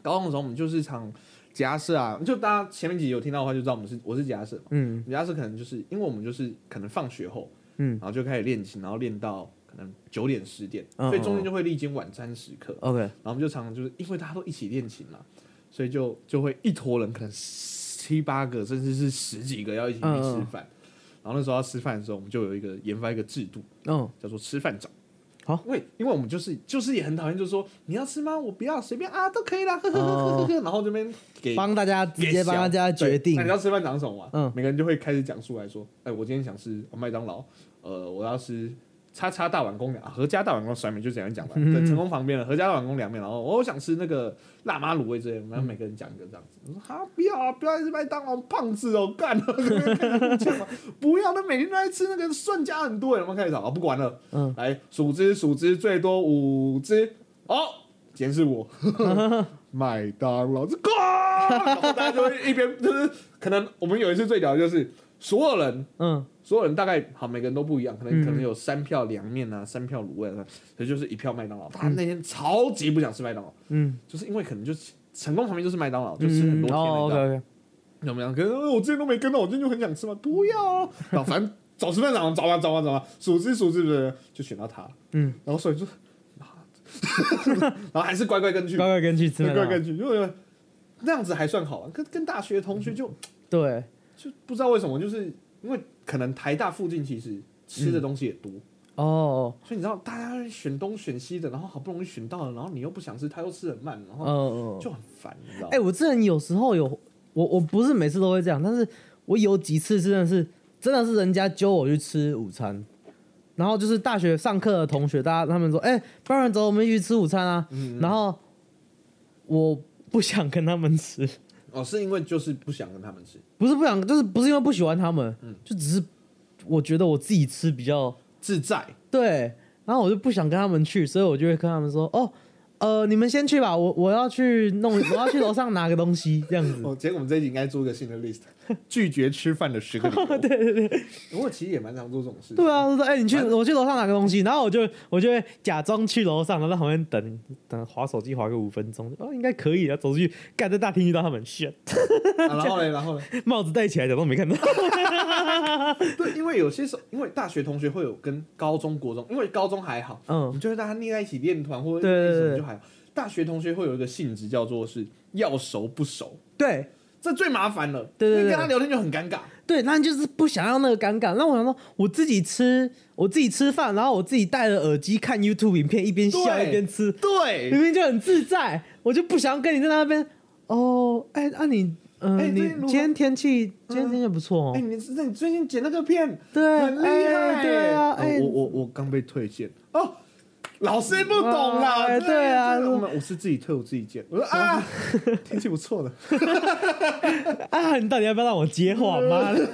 S1: 高中的时候我们就是常假设啊，就大家前面几集有听到的话就知道我们是我是假设嘛，
S2: 嗯
S1: 假设可能就是因为我们就是可能放学后，
S2: 嗯
S1: 然后就开始练琴，然后练到可能九点十点，
S2: 嗯
S1: 所以中间就会历经晚餐时刻，
S2: ，OK，
S1: 然后我们就常常就是因为大家都一起练琴嘛，所以就就会一坨人，可能七八个甚至是十几个要一起去
S2: 嗯嗯
S1: 吃饭。然后那时候要吃饭的时候，我们就有一个研发一个制度，
S2: 嗯
S1: 叫做吃饭长。
S2: 好
S1: 因为因为我们就是就是也很讨厌，就是说你要吃吗？我不要，随便啊，都可以啦，呵呵呵呵
S2: 哦
S1: 呵呵。然后这边给
S2: 帮大家直
S1: 给
S2: 接帮
S1: 小
S2: 大家
S1: 对
S2: 决定
S1: 那你。知道吃饭长什么吗？
S2: 嗯
S1: 每个人就会开始讲述来说，哎，我今天想吃麦当劳，呃，我要吃叉叉大碗公凉，啊合家大碗公酸面就这样讲吧，
S2: 嗯
S1: 对，成功旁边了，合家大碗公凉面，然后我想吃那个辣妈卤味之类的，然后每个人讲一个这样子，我说啊，不要啊，不要吃麦当劳，胖子哦，干了，讲 嘛不要，那每天都在吃那个蒜加很多，有没有开始吵？啊不管了，
S2: 嗯，
S1: 来数只数只最多五只，哦，今天是我。麦当劳，这个， 然后大家就会一边就是可能我们有一次最屌的就是所有人，
S2: 嗯
S1: 所有人大概好每个人都不一样，可能、
S2: 嗯
S1: 可能有三票凉面啊，三票卤味啊，所以就是一票麦当劳。他那天超级不想吃麦当劳，
S2: 嗯，
S1: 就是因为可能就成功旁边就是麦当劳，就
S2: 嗯
S1: 吃很多天
S2: 哦
S1: 那
S2: ，OK
S1: 个，
S2: OK，
S1: 怎么样？可能呃我之前都没跟到，我今天就很想吃嘛，不要、啊，然后反正早吃饭长，早啊早啊早啊，数只数只的就选到他，
S2: 嗯，
S1: 然后所以就， 然后还是乖乖跟去，
S2: 乖乖跟去吃
S1: 对
S2: 麦
S1: 对
S2: 当劳
S1: 对，就觉得那样子还算好玩。跟跟大学同学就
S2: 对，
S1: 就不知道为什么，就是因为可能台大附近其实吃的东西也多，
S2: 哦，
S1: 所以你知道大家选东选西的，然后好不容易选到了，然后你又不想吃，他又吃很慢，然
S2: 嗯
S1: 后
S2: 嗯，嗯
S1: 就很烦，你知道吗？
S2: 哎，我之前有时候有，我我不是每次都会这样，但是我有几次真的是真的是人家揪我去吃午餐。然后就是大学上课的同学，大家他们说：“哎、不然走，我们一起去吃午餐啊。
S1: 嗯
S2: 然后我不想跟他们吃，
S1: 哦，是因为就是不想跟他们吃，
S2: 不是不想，就是不是因为不喜欢他们，
S1: 嗯
S2: 就只是我觉得我自己吃比较
S1: 自在。
S2: 对，然后我就不想跟他们去，所以我就会跟他们说，哦，呃，你们先去吧，我我要去弄，我要去楼上拿个东西，这 样子。
S1: 哦，结果我们这一集应该做一个新的 list，拒 绝吃饭的十个理由。对对对，我其实也蛮常做这种事。
S2: 对啊，我说哎、你去，我去楼上拿个东西，然后我就我就会假装去楼上，然后在旁边等等，划手机划个五分钟，哦，应该可以啊，走出去，干在大厅遇到他们，shit，
S1: 啊，然后嘞，然后嘞，
S2: 帽子戴起来，假装没看到。
S1: 对，因为有些时候，因为大学同学会有跟高中国中，因为高中还好，
S2: 嗯
S1: 你就是大家腻在一起练团或者
S2: 对对
S1: 一起什
S2: 对
S1: 么就还好。大学同学会有一个性质叫做是要熟不熟，
S2: 对，
S1: 这最麻烦了。
S3: 对对对
S1: 因为跟他聊天就很尴尬。
S2: 对，那就是不想要那个尴尬。那我想说，我自己吃，我自己吃饭，然后我自己戴着耳机看 YouTube 影片，一边笑
S1: 对
S2: 一边吃，
S1: 对
S2: 明，明就很自在。我就不想跟你在那边哦，哎，那、你，嗯、
S1: 哎
S2: 你
S1: 最近如何
S2: 今天天气，今天天气不错哦。
S1: 哎、你那你最近剪那个片
S2: 对
S1: 很厉害、
S2: 哎对啊
S1: 哦
S2: 哎
S1: 我我我刚被推荐哦，老师不懂啦。
S2: 啊哎对啊
S1: 这个我们我是自己推，我自己剪。我说啊， 天气不错的，
S2: 啊，你到底要不要让我接话？
S1: 嗯
S2: 妈的，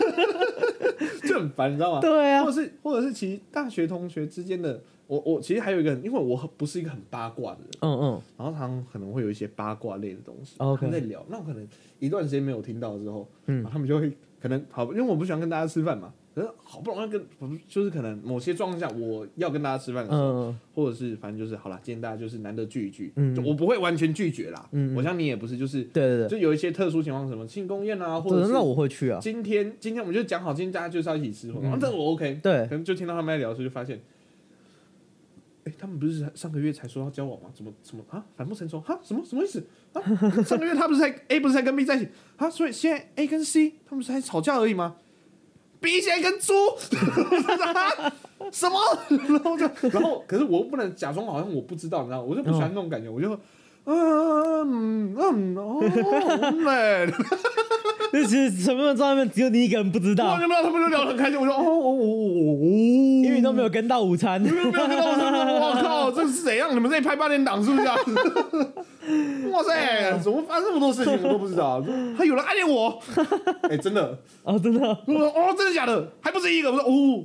S1: 就很烦，你知道吗？
S2: 对啊
S1: 或者是或者是其实大学同学之间的，我我其实还有一个很，因为我很不是一个很八卦的人，
S2: 嗯嗯，
S1: 然后他们可能会有一些八卦类的东西，他
S2: OK
S1: 们在聊。那我可能一段时间没有听到之后，嗯，他们就会可能好，因为我不喜欢跟大家吃饭嘛，可是好不容易跟，我们就是可能某些状况下我要跟大家吃 饭的时候，
S2: 嗯嗯
S1: 或者是反正就是好啦，今天大家就是难得聚一聚，
S2: 嗯
S1: 就我不会完全拒绝啦，
S2: 嗯嗯
S1: 我像你也不是，就是
S2: 对对对，
S1: 就有一些特殊情况，什么庆功宴啊，或者
S2: 对
S1: 是
S2: 那我会去啊。嗯
S1: 今天今天我们就讲好，今天大家就是要一起吃火锅，啊这个我 OK，
S2: 对
S1: 可，能就听到他们在聊的时候，就发现，哎、他们不是上个月才说要交往吗？怎么怎么啊？反目成仇哈？什么什么意思啊？上个月他不是才 A 不是才跟 B 在一起啊？所以现在 A 跟 C 他们是在吵架而已吗？B 现在跟猪， 啊什么？然后就然后，可是我又不能假装好像我不知道，你知道吗，我就不喜欢那种感觉，我就。嗯嗯嗯哦，嘞，
S2: 那其实全部人在外面，只有你一个人不知
S1: 我
S2: 道，
S1: 就没有，他们就聊得很开心。我说哦哦哦哦哦，
S2: 因为你都没有跟到午餐。
S1: 没有没有看到我说我靠，这是怎样？你们这里拍八点档是不是啊？哇塞，怎么发生这么多事情我都不知道？还有人暗恋我，哎、真的，
S2: 哦，真的，
S1: 我说哦，真的假的？还不止一个，我说哦，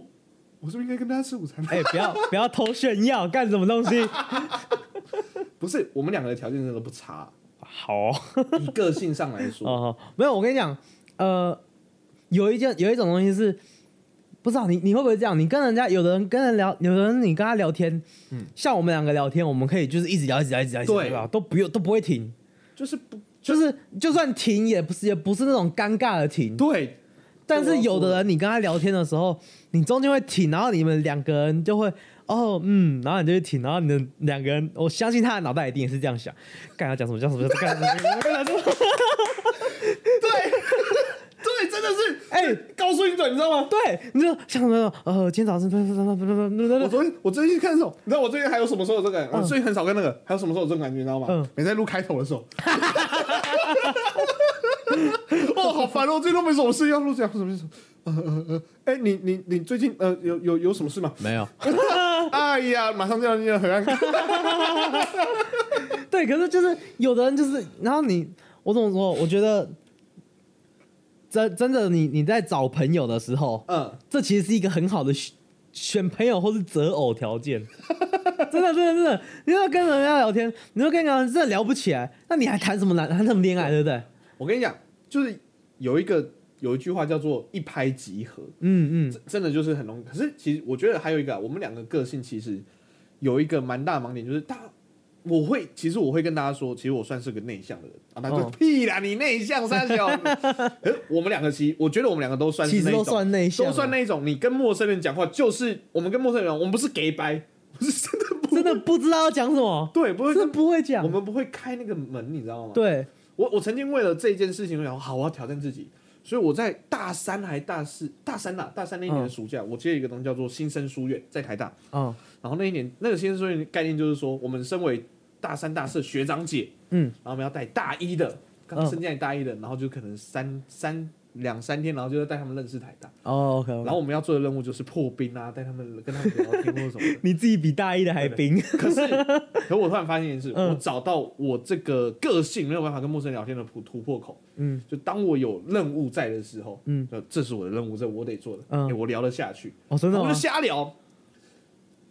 S1: 我是不是应该跟大家吃午餐？
S2: 哎、不要不要偷炫耀，干什么东西？
S1: 不是，我们两个的条件真的不差，
S2: 好哦、
S1: 以个性上来说，
S2: 哦，没有，我跟你讲，呃，有一件有一种东西是，不知道你你会不会这样？你跟人家有的人跟人聊，有的人你跟他聊天，
S1: 嗯
S2: 像我们两个聊天，我们可以就是一直聊，一直聊，一直聊，一直聊
S1: 对
S2: 对吧？都不用都不会停，
S1: 就是不
S2: 就是就算停也不是也不是那种尴尬的停，
S1: 对，
S2: 但是有的人你跟他聊天的时候，你中间会停，然后你们两个人就会。哦，嗯，然后你就会停，然后你们两个人，我相信他的脑袋一定也是这样想，干要讲什么讲什么，干什么干什么，
S1: 对对，真的是
S2: 哎、
S1: 高速运转，你知道吗？
S2: 对，你就想什么？呃，今天早上，
S1: 我昨天我最近看的时候，你知道我最近还有什么时候有这个感觉？我最近很少跟那个，还有什么时候有这种感觉，你知道吗？
S2: 嗯
S1: 每次在录开头的 时候，哦，好烦哦，最近都没什么事要录这样什么什么。呃呃呃，哎、你你你最近呃有有有什么事吗？
S2: 没有。
S1: 哎呀，马上就要念很尴尬。
S2: 对，可是就是有的人就是，然后你，我怎么说？我觉得真真的你，你在找朋友的时候，
S1: 嗯，
S2: 这其实是一个很好的选选朋友或是择偶条件。真的，真的，真的，你要跟人家聊天，你要跟人家真的聊不起来，那你还谈什么谈谈什么恋爱，对不对？
S1: 我跟你讲，就是有一个有一句话叫做一拍即合，
S2: 嗯嗯，
S1: 真真的就是很容易。可是其实我觉得还有一个啊，我们两个个性其实有一个蛮大的盲点，就是大我会其实我会跟大家说，其实我算是个内向的人啊，他说、
S2: 哦
S1: 屁啦，你内向三小。 可是我们两个其实我觉得我们两个都算是
S2: 其
S1: 那
S2: 实
S1: 一
S2: 都
S1: 种，
S2: 算内向啊，
S1: 都算那一种，你跟陌生人讲话就是我们跟陌生人，我们不是 gay 掰，我是真的不
S2: 真的不知道要讲什么，
S1: 对，不会
S2: 真的
S1: 跟。
S2: 不会讲
S1: 我。们不会开那个门，你知道吗？
S2: 对，
S1: 我我曾经为了这一件事情，我想好，我要挑战自己，所以我在大三还大四，大三啦，大三那一年的暑假，我接了一个东西叫做新生书院，在台大。
S2: 嗯
S1: 然后那一年那个新生书院的概念就是说，我们身为大三大四的学长姐，
S2: 嗯，
S1: 然后我们要带大一的，刚
S2: 嗯
S1: 升进来大一的，然后就可能三三两三天，然后就要带他们认识台大。
S2: 哦，OK，
S1: 然后我们要做的任务就是破冰啊，带他们跟他们聊天或者什么的。
S2: 你自己比大一的还冰。
S1: 可 是，可我突然发现一件事，
S2: 嗯
S1: 我找到我这个个性没有办法跟陌生人聊天的突突破口。
S2: 嗯，
S1: 就当我有任务在的时候，
S2: 嗯
S1: 就，这是我的任务，这我得做的，
S2: 嗯
S1: 欸我聊得下去，
S2: 哦，真的
S1: 我
S2: 吗
S1: 就？瞎聊。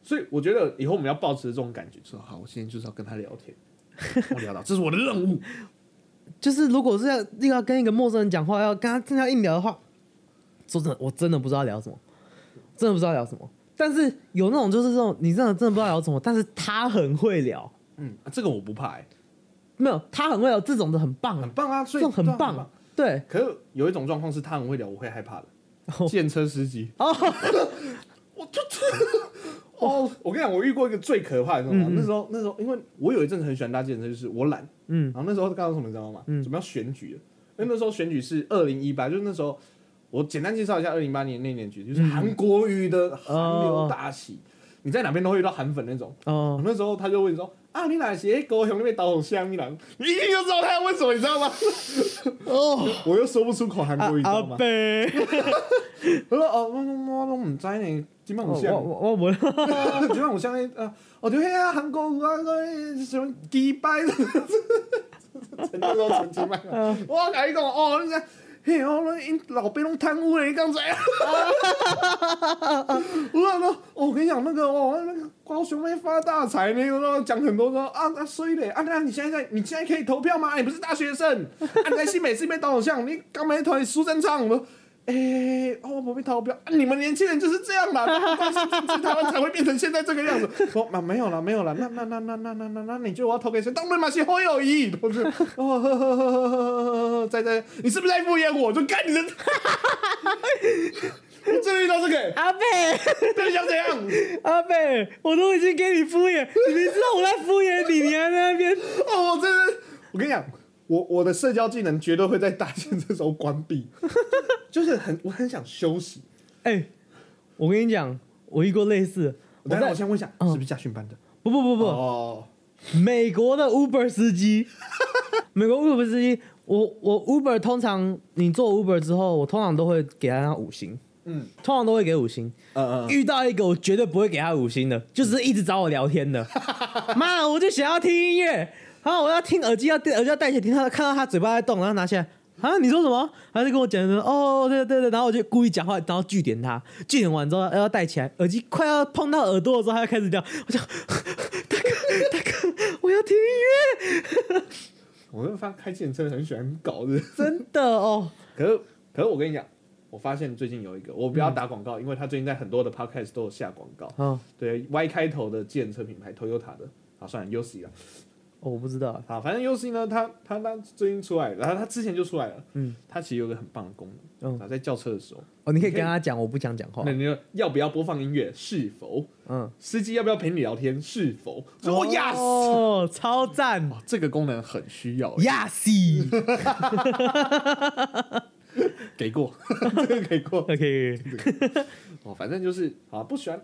S1: 所以我觉得以后我们要保持这种感觉，说好，我今天就是要跟他聊 天，我聊到这是我的任务，
S2: 就是如果是要又要跟一个陌生人讲话，要跟他正要硬聊的话，说真的，我真的不知道聊什么，真的不知道聊什么。但是有那种就是这种，你真的真的不知道聊什么，但是他很会聊，
S1: 嗯，啊这个我不怕、欸，
S2: 没有他很会聊，这种的很棒
S1: 很
S2: 啊，
S1: 棒啊，所
S2: 这
S1: 以
S2: 种很
S1: 对啊
S2: 棒，对，
S1: 可是有一种状况是他很会聊，我会害怕的。建车司机
S2: 哦，
S1: 我就哦，我跟你讲，我遇过一个最可怕的，你知道吗？那时候那时候，因为我有一阵子很喜欢搭建车，就是我懒，
S2: 嗯
S1: 然后那时候刚好什么，你知道吗？准备要选举了，因为那时候选举是二零一八，就是那时候我简单介绍一下二零八年那年举，
S2: 嗯
S1: 就是韩国瑜
S2: 哦
S1: 的韩流大起，你在哪边都会遇到韩粉那种。
S2: 哦，
S1: 那时候他就问说：“啊，你哪些高雄那边导向米郎？”你一听就知道他要问什么，你知道吗？哦，我又说不出口韩
S2: 啊
S1: 国语，你知道吗？
S2: 贝，
S1: 我说：“哦，我我我都唔知呢，今晚
S2: 我
S1: 有像。”
S2: 我我无，
S1: 就像我像那啊，哦对啊，韩国啊个什么迪拜， 陈那时候陈迪拜嘛，
S2: 嗯
S1: 我甲你讲哦，你讲。嘿，哦，那因老辈拢贪污了，你刚才， 我讲说，哦，我跟你讲那个哦，那个高雄妹发大财呢，我讲很多说啊，那衰嘞，啊，那你现在你现在可以投票吗？你不是大学生，啊，你在新北市被当偶像，你刚买一团苏贞昌，我说，哎、哦，我被投票、啊，你们年轻人就是这样啦，关心政治，台湾才会变成现在这个样子。说嘛，没有啦，没有啦，那那那那那那那那，你觉得我要投给谁？当然嘛是侯友谊，同志，哦呵呵呵呵呵呵呵，在在，你是不是在敷衍我？我就干你的， 我真的遇到这个、欸，
S2: 阿贝，
S1: 对你想怎样？
S2: 阿贝，我都已经给你敷衍，你明知道我在敷衍你，你还在那边，
S1: 哦，我真的，我跟你讲，我我的社交技能绝对会在大限这时候关闭， 就是很我很想休息。
S2: 哎，我跟你讲，我遇过类似，我
S1: 等一下我
S2: 在
S1: 先问一下，
S2: 嗯
S1: 是不是驾训班的？
S2: 不不不不，
S1: 哦。
S2: 美国的 Uber 司 机，美国 Uber 司机，我我 Uber 通常你做 Uber 之后，我通常都会给他五星，
S1: 嗯
S2: 通常都会给五星。
S1: 嗯嗯，
S2: 遇到一个我绝对不会给他五星的，就是一直找我聊天 的，妈的，我就想要听音乐，然后我要听耳机要戴耳机要戴起来听他，看到他嘴巴在动，然后拿下来。啊！你说什么？他就跟我讲说，哦，对对对，然后我就故意讲话，然后据点他，据点完之后要戴起来，耳机快要碰到耳朵的时候，他就开 始掉。我讲，大哥，大哥，我要听音乐。
S1: 我就发现开健身很喜欢搞的，
S2: 真的哦，
S1: 可是可是我跟你讲，我发现最近有一个，我不
S2: 嗯
S1: 要打广告，因为他最近在很多的 podcast 都有下广告，
S2: 哦，
S1: 对 Y 开头的计程车品牌 Toyota 的，啊，算了 UC 了，
S2: 哦我不知道，
S1: 啊，反正 UC 呢，它它它最近出来，然后它之前就出来了，
S2: 嗯，
S1: 它其实有一个很棒的功能，
S2: 嗯
S1: 啊，在叫车的时候，
S2: 哦，你可以
S1: 你可以
S2: 跟他讲，我不想讲话
S1: 那。你就要不要播放音乐？是否？
S2: 嗯，
S1: 司机要不要陪你聊天？是否？哦，yes，
S2: 哦，超赞
S1: 哇这个功能很需要，
S2: ，yes，
S1: 给过， 这个给过，
S2: OK，
S1: 哦，反正就是啊，不喜欢。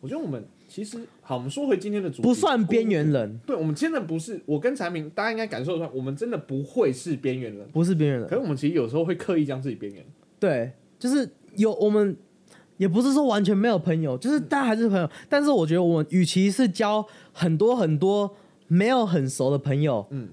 S1: 我觉得我们其实好，我们说回今天的主题，
S2: 不算边缘人，
S1: 对，我们真的不是我跟产品，大家应该感受得出来，我们真的不会是边缘人。
S2: 不是边缘
S1: 可是
S2: 人，
S1: 我们其实有时候会刻意将自己边缘。
S2: 对，就是有我们也不是说完全没有朋友，就是大家还是朋友，但是我觉得我们与其是交很多很多没有很熟的朋友，
S1: 嗯，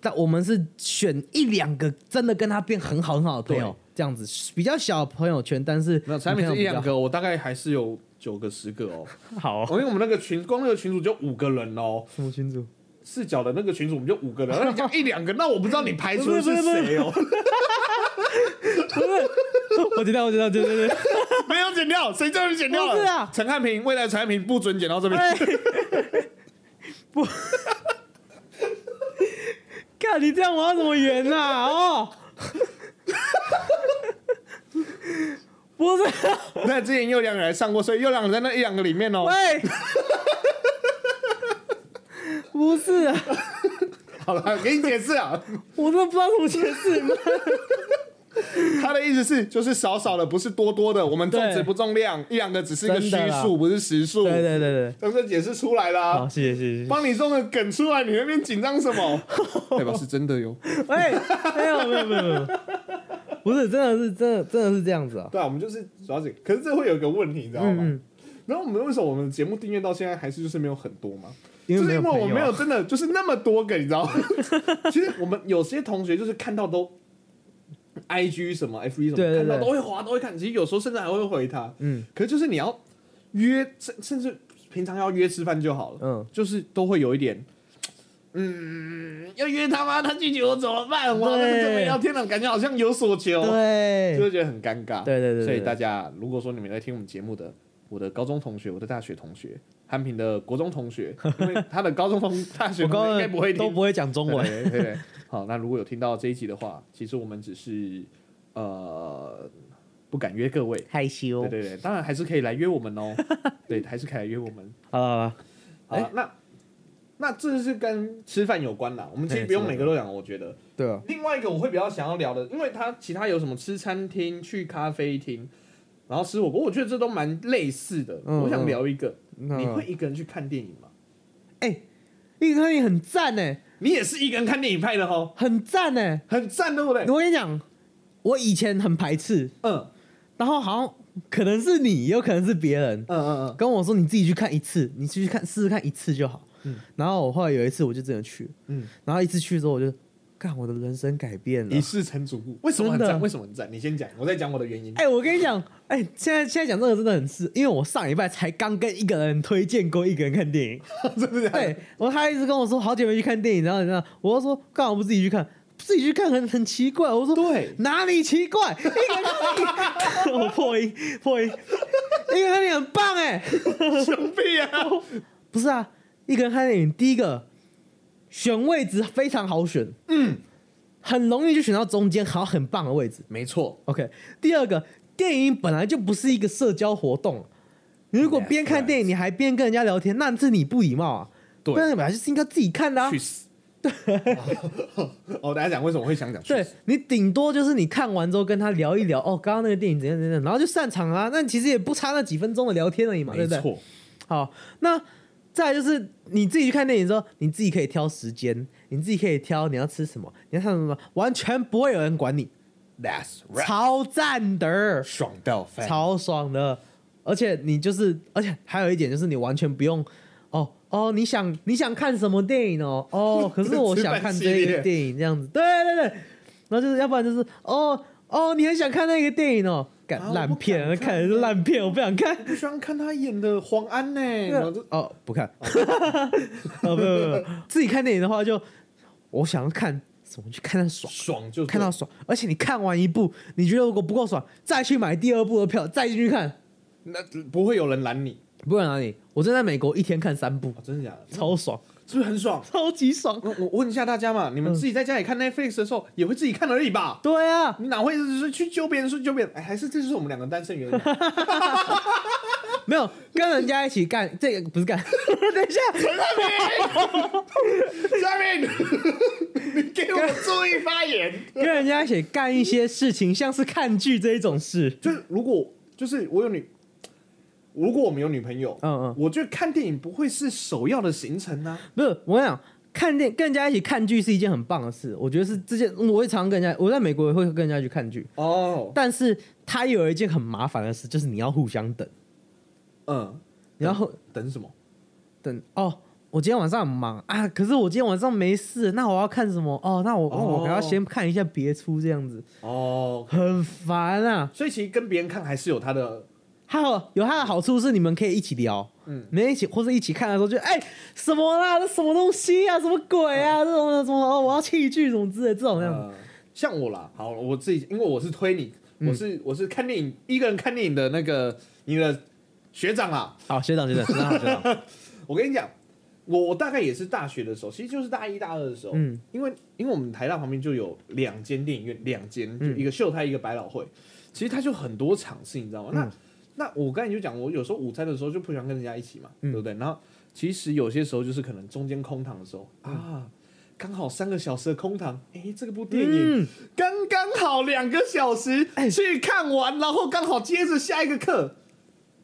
S2: 但我们是选一两个真的跟他变很好很好的朋友
S1: 对，
S2: 这样子比较小的朋友圈，但是
S1: 没有产品
S2: 你
S1: 是
S2: 朋
S1: 一
S2: 友比较
S1: 两个，我大概还是有九个、十个哦。
S2: 好哦
S1: 哦因为我们那个群，光那个群主就五个人哦，
S2: 什么群主？
S1: 视角的那个群主我们就五个 人，那你讲一两个，那我不知道你排除的是
S2: 不是不是
S1: 谁 哦。
S2: 我知道，我知道，对对对，
S1: 没有剪掉，谁叫你剪掉
S2: 不是
S1: 了
S2: 啊？
S1: 陈汉平，未来陈汉平不准剪到这边。
S2: 哎，不，看你这样我要怎么圆啊？哦，不是，
S1: 那之前又亮也来上过，所以又亮在那一两个里面哦。
S2: 喂，不是啊，
S1: 好了，给你解释 啊，
S2: 我都不知道怎么解释。
S1: 他的意思是就是少少的，不是多多的，我们重质
S2: 对
S1: 不重量，一两个只是一个虚
S2: 真的啦
S1: 数，不是实数。
S2: 对对对对，
S1: 这个解释出来啦、
S2: 好，谢谢谢谢。
S1: 帮你弄个梗出来，你那边紧张什 么？代表是真的哟。
S2: 喂，没有没有没有没有，不是，真的是真的真的是这样子啊。
S1: 对啊，我们就是主要是，可是这会有一个问题，你知道吗？
S2: 嗯
S1: 然后我们为什么我们节目订阅到现在还是就是没有很多嘛？
S2: 因为
S1: 就是
S2: 没有
S1: 因为
S2: 朋
S1: 我
S2: 友
S1: 没
S2: 啊
S1: 有真的就是那么多个，你知道 吗？其实我们有些同学就是看到都，I G 什么 F 一什么
S2: 对对
S1: 看到
S2: 对
S1: 都会滑都会看，其实有时候甚至还会回他。
S2: 嗯
S1: 可是就是你要约，甚甚至平常要约吃饭就好了，
S2: 嗯，
S1: 就是都会有一点，嗯，要约他吗？他拒绝我怎么办？我好像
S2: 对
S1: 这么聊天了，感觉好像有所求，
S2: 对，
S1: 就会觉得很尴尬。
S2: 对对对对
S1: 所以大家如果说你们在听我们节目的，我的高中同学，我的大学同学，韩平的国中同 学，因为他的高中同大学
S2: 我
S1: 同
S2: 刚
S1: 学
S2: 刚
S1: 应该不会听，
S2: 都不会讲中文。
S1: 对对对。好，那如果有听到这一集的话，其实我们只是呃不敢约各位。
S2: 害羞
S1: 对对对，当然 还是可以来约我们哦。对，还是可以来约我们。
S2: 啊，
S1: 好、
S2: 哎
S1: 那那这是跟吃饭有关啦。我们其实
S2: 嘿
S1: 不用
S2: 是
S1: 每个都讲，我觉得。
S2: 对啊，
S1: 另外一个我会比较想要聊的，因为它其他有什么吃餐厅、去咖啡厅，然后吃火锅，我觉得这都蛮类似的。
S2: 嗯
S1: 我想聊一个，
S2: 那
S1: 你会一个人去看电影吗？
S2: 一个你很赞呢、
S1: 你也是一个人看电影派的吼，
S2: 很赞呢、欸
S1: 很赞，对不对？
S2: 我跟你讲，我以前很排斥，
S1: 嗯
S2: 然后好像可能是你，也有可能是别人
S1: 嗯嗯
S2: 跟我说你自己去看一次，你去看试试看一次就好。
S1: 嗯
S2: 然后我后来有一次我就真的去了，
S1: 嗯
S2: 然后一次去之后我就，干我的人生改变了
S1: 嗯，一。世成主顾。为什么很
S2: 真的
S1: 赞？为什么很赞？你先讲，我再讲我的原 因。
S2: 哎、我跟你讲，哎、现在现在讲这个真的很是，因为我上礼拜才刚跟一个人推荐过一个人看电影，
S1: 真的假的
S2: 对我他一直跟我说好久没去看电影，然后然后我就说干嘛不自己去看？自己去看很很奇怪，我说
S1: 对
S2: 哪里奇怪？一个人看 电影我破音破音，一个人看电影很棒哎、
S1: 兄弟 啊！
S2: 不是啊，一个人看电影，第一个选位置非常好选，
S1: 嗯，
S2: 很容易就选到中间，好很棒的位置。
S1: 没错，
S2: OK，第二个，电影本来就不是一个社交活动，你如果
S1: That's
S2: 边看电影你还边跟人家聊天，那是你不礼貌啊。
S1: 对
S2: 那本来就是应该自己看的啊
S1: 去。死！ 哦，大家讲为什么会想讲去
S2: 对
S1: 死？
S2: 你顶多就是你看完之后跟他聊一聊，哦，刚刚那个电影怎样怎样，然后就散场啊。那其实也不差那几分钟的聊天而已嘛，对
S1: 没
S2: 不对？
S1: 错，
S2: 好，那再来就是你自己去看电影之后，你自己可以挑时间，你自己可以挑你要吃什么，你要看什么，完全不会有人管你，
S1: That's right，
S2: 超赞的。
S1: 爽到翻，
S2: 超爽的。而且你就是，而且还有一点就是，你完全不用哦哦，你想你想看什么电影哦 哦，可是我想看这个电影这样子，对对对，然后就是要不然就是哦哦，你很想看那个电影哦，
S1: 啊
S2: 干
S1: 我
S2: 烂
S1: 不
S2: 片，
S1: 敢看
S2: 看的是烂片，我不 想看。
S1: 不喜欢看他演的黄安呢、然后就
S2: 哦，不看， 哦不不不，自己看电影的话就，我想要看什么就看到爽。
S1: 爽就
S2: 看到爽，而且你看完一部，你觉得如果不够爽，再去买第二部的票，再进去看，
S1: 那不会有人拦你
S2: 不管哪里，我真在美国一天看三部
S1: 啊、，真的假的？
S2: 超爽，
S1: 是不是很爽？
S2: 嗯超级爽。
S1: 那我问一下大家
S2: 嗯
S1: 嘛，你们自己在家里看 Netflix 的时候，也会自己看而已吧？
S2: 对啊，
S1: 你哪会是去揪别人说揪别人？哎，还是这就是我们两个单身原 因？
S2: 没有跟人家一起干， 这个不是干。等一下，
S1: 下面你给我注意发言。
S2: 跟人家一起干一些事情，像是看剧这一种事。
S1: 就是如果就是我有女，如果我们有女朋友，
S2: 嗯嗯，
S1: 我觉得看电影不会是首要的行程啊呢、
S2: 不是我跟你讲，看电跟人家一起看剧是一件很棒的事，我觉得是这件，我会常跟人家，我在美国也会跟人家去看剧，
S1: 哦，
S2: 但是它有一件很麻烦的事，就是你要互相等，
S1: 嗯，
S2: 你要互
S1: 等什么？
S2: 等哦。我今天晚上很忙啊，可是我今天晚上没事，那我要看什么？哦，那我、哦、我还要先看一下别出这样子，
S1: 哦，
S2: 很烦啊。
S1: 所以其实跟别人看还是有它的
S2: 还有有它的好处是你们可以一起聊，
S1: 嗯
S2: 嗯，你们一起或者一起看的时候就哎、什么啦，这什么东西啊，什么鬼
S1: 嗯
S2: 啊，这种什么哦，我要弃剧什么之类这种样子，
S1: 呃，像我啦，好，我自己，因为我是推你，
S2: 嗯
S1: 我是我是看电影一个人看电影的那个你的学长啦。
S2: 好，学长学长学长学长，
S1: 我跟你讲，我我大概也是大学的时候，其实就是大一大二的时候，
S2: 嗯
S1: 因为因为我们台大旁边就有两间电影院，两间就
S2: 嗯
S1: 一个秀泰，一个百老汇，其实它就很多场次，你知道吗？那、
S2: 嗯
S1: 那我刚才就讲，我有时候午餐的时候就不喜欢跟人家一起嘛，
S2: 嗯
S1: 对不对？然后其实有些时候就是可能中间空堂的时候、
S2: 嗯
S1: 啊。刚好三个小时的空堂，哎、这个部 电影、
S2: 嗯
S1: 刚刚好两个小时
S2: 哎
S1: 去看完，然后刚好接着下一个课，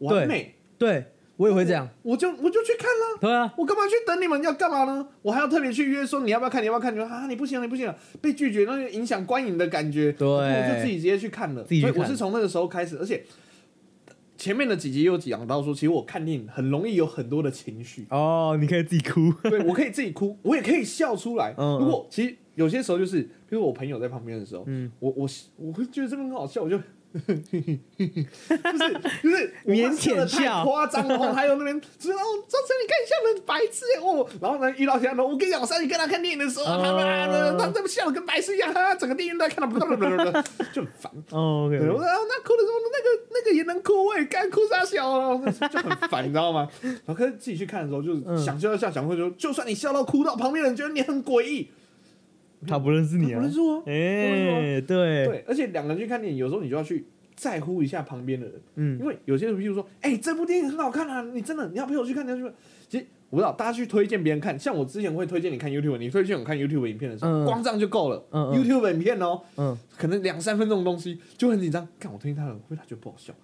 S1: 完
S2: 对
S1: 美。
S2: 对我也会这样，
S1: 我就我就去看啦。
S2: 对啊，
S1: 我干嘛去等你们？要干嘛呢？我还要特别去约说你要不要看，你要不要看？你说啊，你不行，你不行，被拒绝那就影响观影的感觉。
S2: 对
S1: 我就自己直接去看了。
S2: 自己去
S1: 所
S2: 看，
S1: 以我是从那个时候开始，而且前面的几集又讲到说，其实我看电影很容易有很多的情绪
S2: 哦，你可以自己 哭，
S1: 对我可以自己哭，我也可以笑出来。
S2: 嗯嗯
S1: 如果其实有些时候就是，比如我朋友在旁边的时候，
S2: 嗯
S1: 我我我会觉得这边很好笑，我就。就是就是我怕笑
S2: 腼腆
S1: 得太
S2: 笑
S1: 夸张，然后还有那边，就是哦，周成你看你笑得很白痴耶哦，然后呢遇到其他人，我跟你讲，我上次跟他看电影的时候，
S2: 哦
S1: 他们他们笑得跟白痴一样，哈哈，整个电影都在看他， 就很烦。
S2: 哦，OK，
S1: 对我说啊，那哭的时候，那个那个也能哭，我也干哭傻笑了，就很烦，你知 道吗？然后可是自己去看的时候，就是
S2: 嗯
S1: 想笑就笑，想哭就就算你笑到哭到，旁边的人觉得你很诡异，
S2: 他不认识 你
S1: 不
S2: 啊，
S1: 能说啊。
S2: 哎、
S1: 认
S2: 对，
S1: 对，而且两个人去看电影，有时候你就要去在乎一下旁边的人，
S2: 嗯
S1: 因为有些人，譬如说，哎、这部电影很好看啊，你真的你要陪我去看，你要去看。其实我不知道大家去推荐别人看，像我之前会推荐你看 YouTube，你推荐我看 YouTube 影片的时候，
S2: 嗯
S1: 光这样就够了。
S2: 嗯嗯
S1: YouTube 影片哦，
S2: 嗯，
S1: 可能两三分钟的东西就很紧张，看我推荐他的，会不会他觉得不好笑，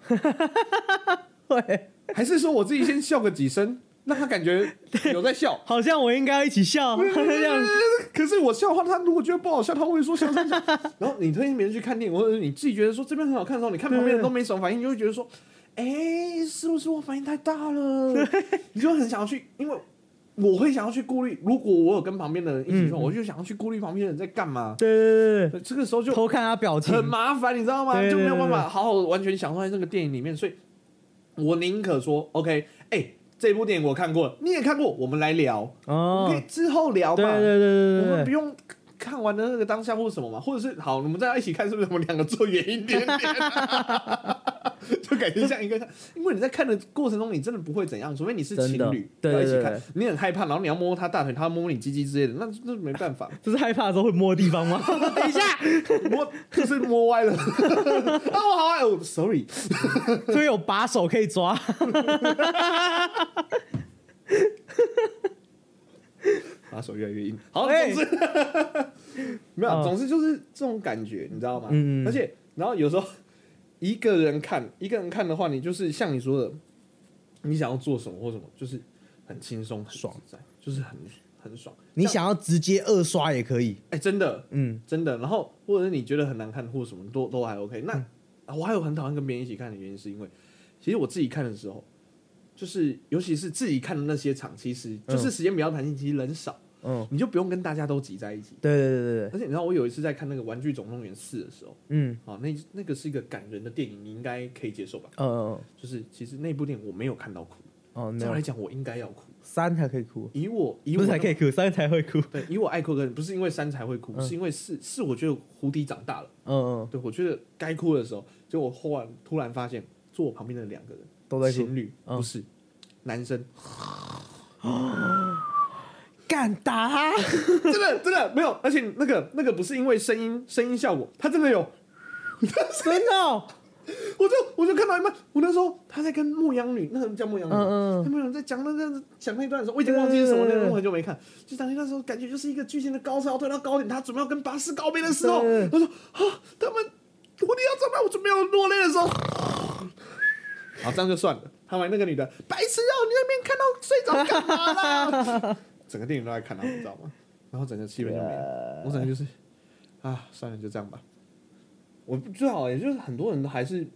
S2: 对，。
S1: 还是说我自己先笑个几声，让他感觉有在笑
S2: 好像我应该要一起笑 这样子。
S1: 可是我笑的话，他如果觉得不好笑，他会说笑笑 笑。然后你推荐别人去看电影，或者是你自己觉得说这边很好看的时候，你看旁边人都没什么反应，你就会觉得说，哎、是不是我反应太大了？你就很想要去，因为我会想要去顾虑，如果我有跟旁边的人一起说，
S2: 嗯嗯
S1: 我就想要去顾虑旁边的人在干嘛。
S2: 对对对对
S1: 这个时候就
S2: 对，偷看他表情
S1: 很，麻烦，你知道吗？
S2: 对对
S1: 就没有办
S2: 对
S1: 法
S2: 对
S1: 好好完全享受在这个电影里面，所以我宁可说，OK，哎、这部电影我看过了，你也看过，我们来聊，我
S2: 哦
S1: 们可以，之后聊
S2: 对对
S1: 嘛，
S2: 对
S1: 我
S2: 对
S1: 们
S2: 对
S1: 不
S2: 对，
S1: 用看完的那个当下或者什么嘛，或者是好，我们再一起看，是不是我们两个坐远一点点？ 就感觉像一个，因为你在看的过程中，你真的不会怎样，除非你是
S2: 真的
S1: 情侣
S2: 对
S1: 要
S2: 对
S1: 一起
S2: 对
S1: 看
S2: 对，
S1: 你很害怕，然后你要摸他大腿，他摸你鸡鸡之类的，那那没办法。
S2: 这是害怕的时候会摸的地方吗？ 等一下，
S1: 摸就是摸歪了。 啊，我好爱哦，sorry。
S2: 所以有把手可以抓。
S1: 把手越来越硬。好，
S2: 哎
S1: 总之没有，
S2: 哦
S1: 总之 就是这种感觉，你知道吗？
S2: 嗯
S1: 而且，然后有时候一个人看，一个人看的话，你就是像你说的，你想要做什么或什么，就是很轻松、很
S2: 爽
S1: 自在，就是很很爽。
S2: 你想要直接二刷也可以，
S1: 哎，真的
S2: 嗯，
S1: 真的。然后，或者是你觉得很难看或什么，都都还 OK。那、
S2: 嗯
S1: 啊我还有很讨厌跟别人一起看的原因，是因为其实我自己看的时候。就是，尤其是自己看的那些场，其实就是时间比较弹性，其实人少，
S2: 嗯，
S1: 你就不用跟大家都挤在一起。
S2: 对对对对对，
S1: 而且你知道，我有一次在看那个《玩具总动员四》的时候，
S2: 嗯，
S1: 啊，那那个是一个感人的电影，你应该可以接受吧？
S2: 呃呃，
S1: 就是其实那部电影我没有看到哭，
S2: 哦，没
S1: 照
S2: 有
S1: 来，讲我应该要哭。
S2: 三才可以哭，
S1: 以我以
S2: 不
S1: 我
S2: 是才
S1: 那
S2: 可以哭，三才会哭，
S1: 对，以我爱哭的人，不是因为三才会哭，
S2: 嗯
S1: 是因为四四我觉得胡迪长大了，
S2: 嗯嗯，
S1: 对我觉得该哭的时候，结果忽然突然发现坐我旁边的两个人
S2: 都在哭
S1: 情，侣
S2: 嗯
S1: 不是、男生，
S2: 干打他，
S1: 真的真的没有，而且那个那个不是因为声音声音效果，他真的有。
S2: 真的哦，
S1: 我就我就看到一半，我那时候他在跟牧羊女，那个人叫牧羊女，
S2: 嗯嗯
S1: 他牧羊女在讲那个讲那一段的时候，我已经忘记是什么内
S2: 对对
S1: 容，
S2: 对
S1: 我很久没看。就当天那时候感觉就是一个剧情的高潮推到高点，他准备要跟巴斯告别的时候，
S2: 对对
S1: 他说啊，他们我你要怎么办？我准备要落泪的时候，好，这样就算了。他玩那个女的，白痴哦、你在那边看到睡着干嘛啦？ 整个电影都在看啊他，你知道吗？然后整个气氛就没
S2: 呃
S1: 了，我整个就是啊，算了，就这样吧。我不知道，也就是很多人都还是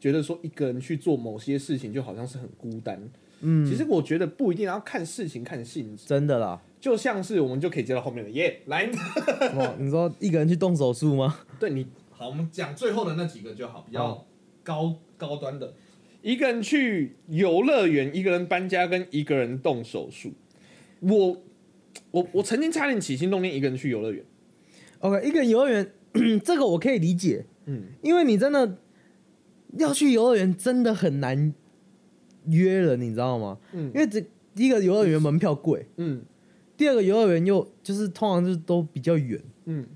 S1: 觉得说一个人去做某些事情，就好像是很孤单。
S2: 嗯，
S1: 其实我觉得不一定啊要看事情看性质，
S2: 真的啦，
S1: 就像是我们就可以接到后面的耶来，
S2: 什么？你说一个人去动手术吗？
S1: 对你好，我们讲最后的那几个就好，比较高、高端的。一个人去游乐园，一个人搬家，跟一个人动手术。我我我曾经差点起心动念一个人去游乐园，
S2: OK，一个人游乐园， 这个我可以理解，
S1: 嗯，
S2: 因为你真的要去游乐园真的很难约人，你知道吗？
S1: 嗯
S2: 因为这第一个游乐园门票贵，
S1: 嗯
S2: 第二个游乐园又就是通常就是都比较远，
S1: 嗯，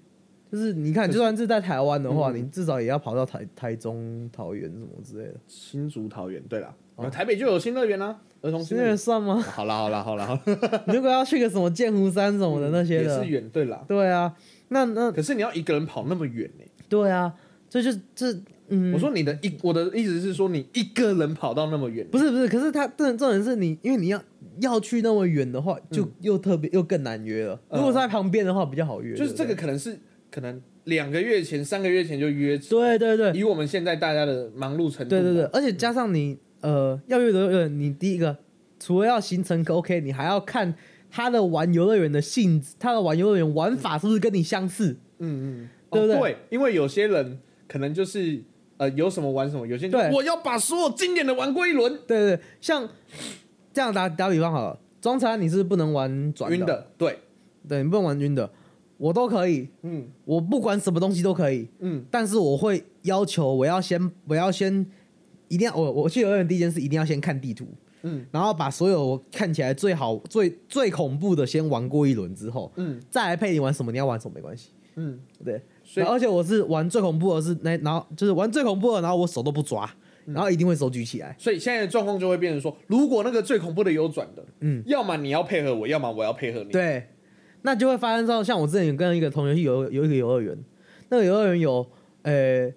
S2: 就是你看，就算是在台湾的话，
S1: 嗯
S2: 你至少也要跑到台台中、桃园什么之类的，
S1: 新竹桃园，对啦，然后台北就有新乐园啦，儿童新
S2: 哦新
S1: 乐
S2: 乐园
S1: 园。哦
S2: 算吗？
S1: 好啦好啦好啦，好啦
S2: 如果要去个什么剑湖山什么的 那
S1: 嗯
S2: 些
S1: 也
S2: 的
S1: 是，远，对啦。
S2: 对啊，那那
S1: 可是你要一个人跑那么远呢、
S2: 对啊，这就这嗯，
S1: 我说你的一，我的意思是说你一个人跑到那么远，
S2: 不是不是，可是他重重点是你，因为你要要去那么远的话，就又特别又更难约了。
S1: 嗯
S2: 如果是在旁边的话，比较好约。
S1: 就是这个
S2: 对
S1: 可能是可能两个月前、三个月前就约起，
S2: 不对，对对对
S1: 以我们现在大家的忙碌程度，
S2: 对对对，，而且加上你呃要约游乐园，你第一个除了要行程 OK，你还要看他的玩游乐园的性质，他的玩游乐园玩法是不是跟你相似？
S1: 嗯嗯，
S2: 对
S1: 哦
S2: 不对
S1: 对，因为有些人可能就是呃有什么玩什么，有些人就
S2: 对
S1: 我要把所有经典的玩过一轮，
S2: 对对对，像这样打打比方好了，装车你是不能玩转
S1: 晕的，对，
S2: 对，你不能玩晕的，我都可以，
S1: 嗯
S2: 我不管什么东西都可以。
S1: 嗯
S2: 但是我会要求我要先我要先一定要我我去游乐园第一件事一定要先看地图，
S1: 嗯
S2: 然后把所有我看起来最好最最恐怖的先玩过一轮之后，
S1: 嗯
S2: 再来配你玩什么你要玩什么没关系，
S1: 嗯，
S2: 对。
S1: 所以
S2: 然后而且我是玩最恐怖的是那然后就是玩最恐怖的，然后我手都不抓，
S1: 嗯
S2: 然后一定会手举起来。
S1: 所以现在的状况就会变成说，如果那个最恐怖的有转的，
S2: 嗯，
S1: 要么你要配合我，要么我要配合你。，
S2: 对，那就会发生到像我之前有跟一个同学去游有一个游乐园，那个游乐园有呃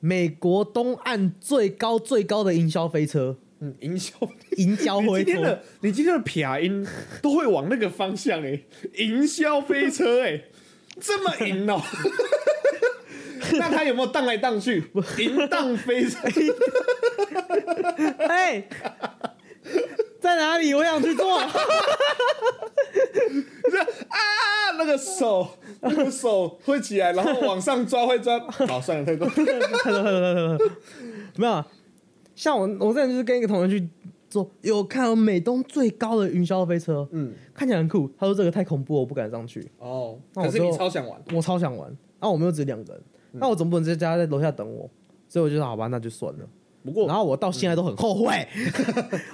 S2: 美国东岸最高最高的营销飞车
S1: 嗯，营销。
S2: 银 交
S1: 你
S2: 灰
S1: 今天
S2: 头，
S1: 的你今天的撇音都会往那个方向哎、营销飞车哎、 这么淫哦、那他有没有荡来荡 去？淫荡飞车，
S2: 哎、在哪里？我想去坐。
S1: 啊，那个手，那个手会起来，然后往上抓会抓，好，算了， 太多。
S2: 没有，像我，我之前就是跟一个同学去坐，有看到美东最高的云霄飞车，
S1: 嗯，
S2: 看起来很酷。他说这个太恐怖了，我不敢上去。
S1: 哦，
S2: 那
S1: 可
S2: 我
S1: 是你
S2: 就
S1: 超想玩，
S2: 我超想玩，那、我们又只有两个人，
S1: 嗯
S2: 那我总不能在家在楼下等我，所以我就说好吧，那就算了。
S1: 不过
S2: 然后我到现在都很后 悔，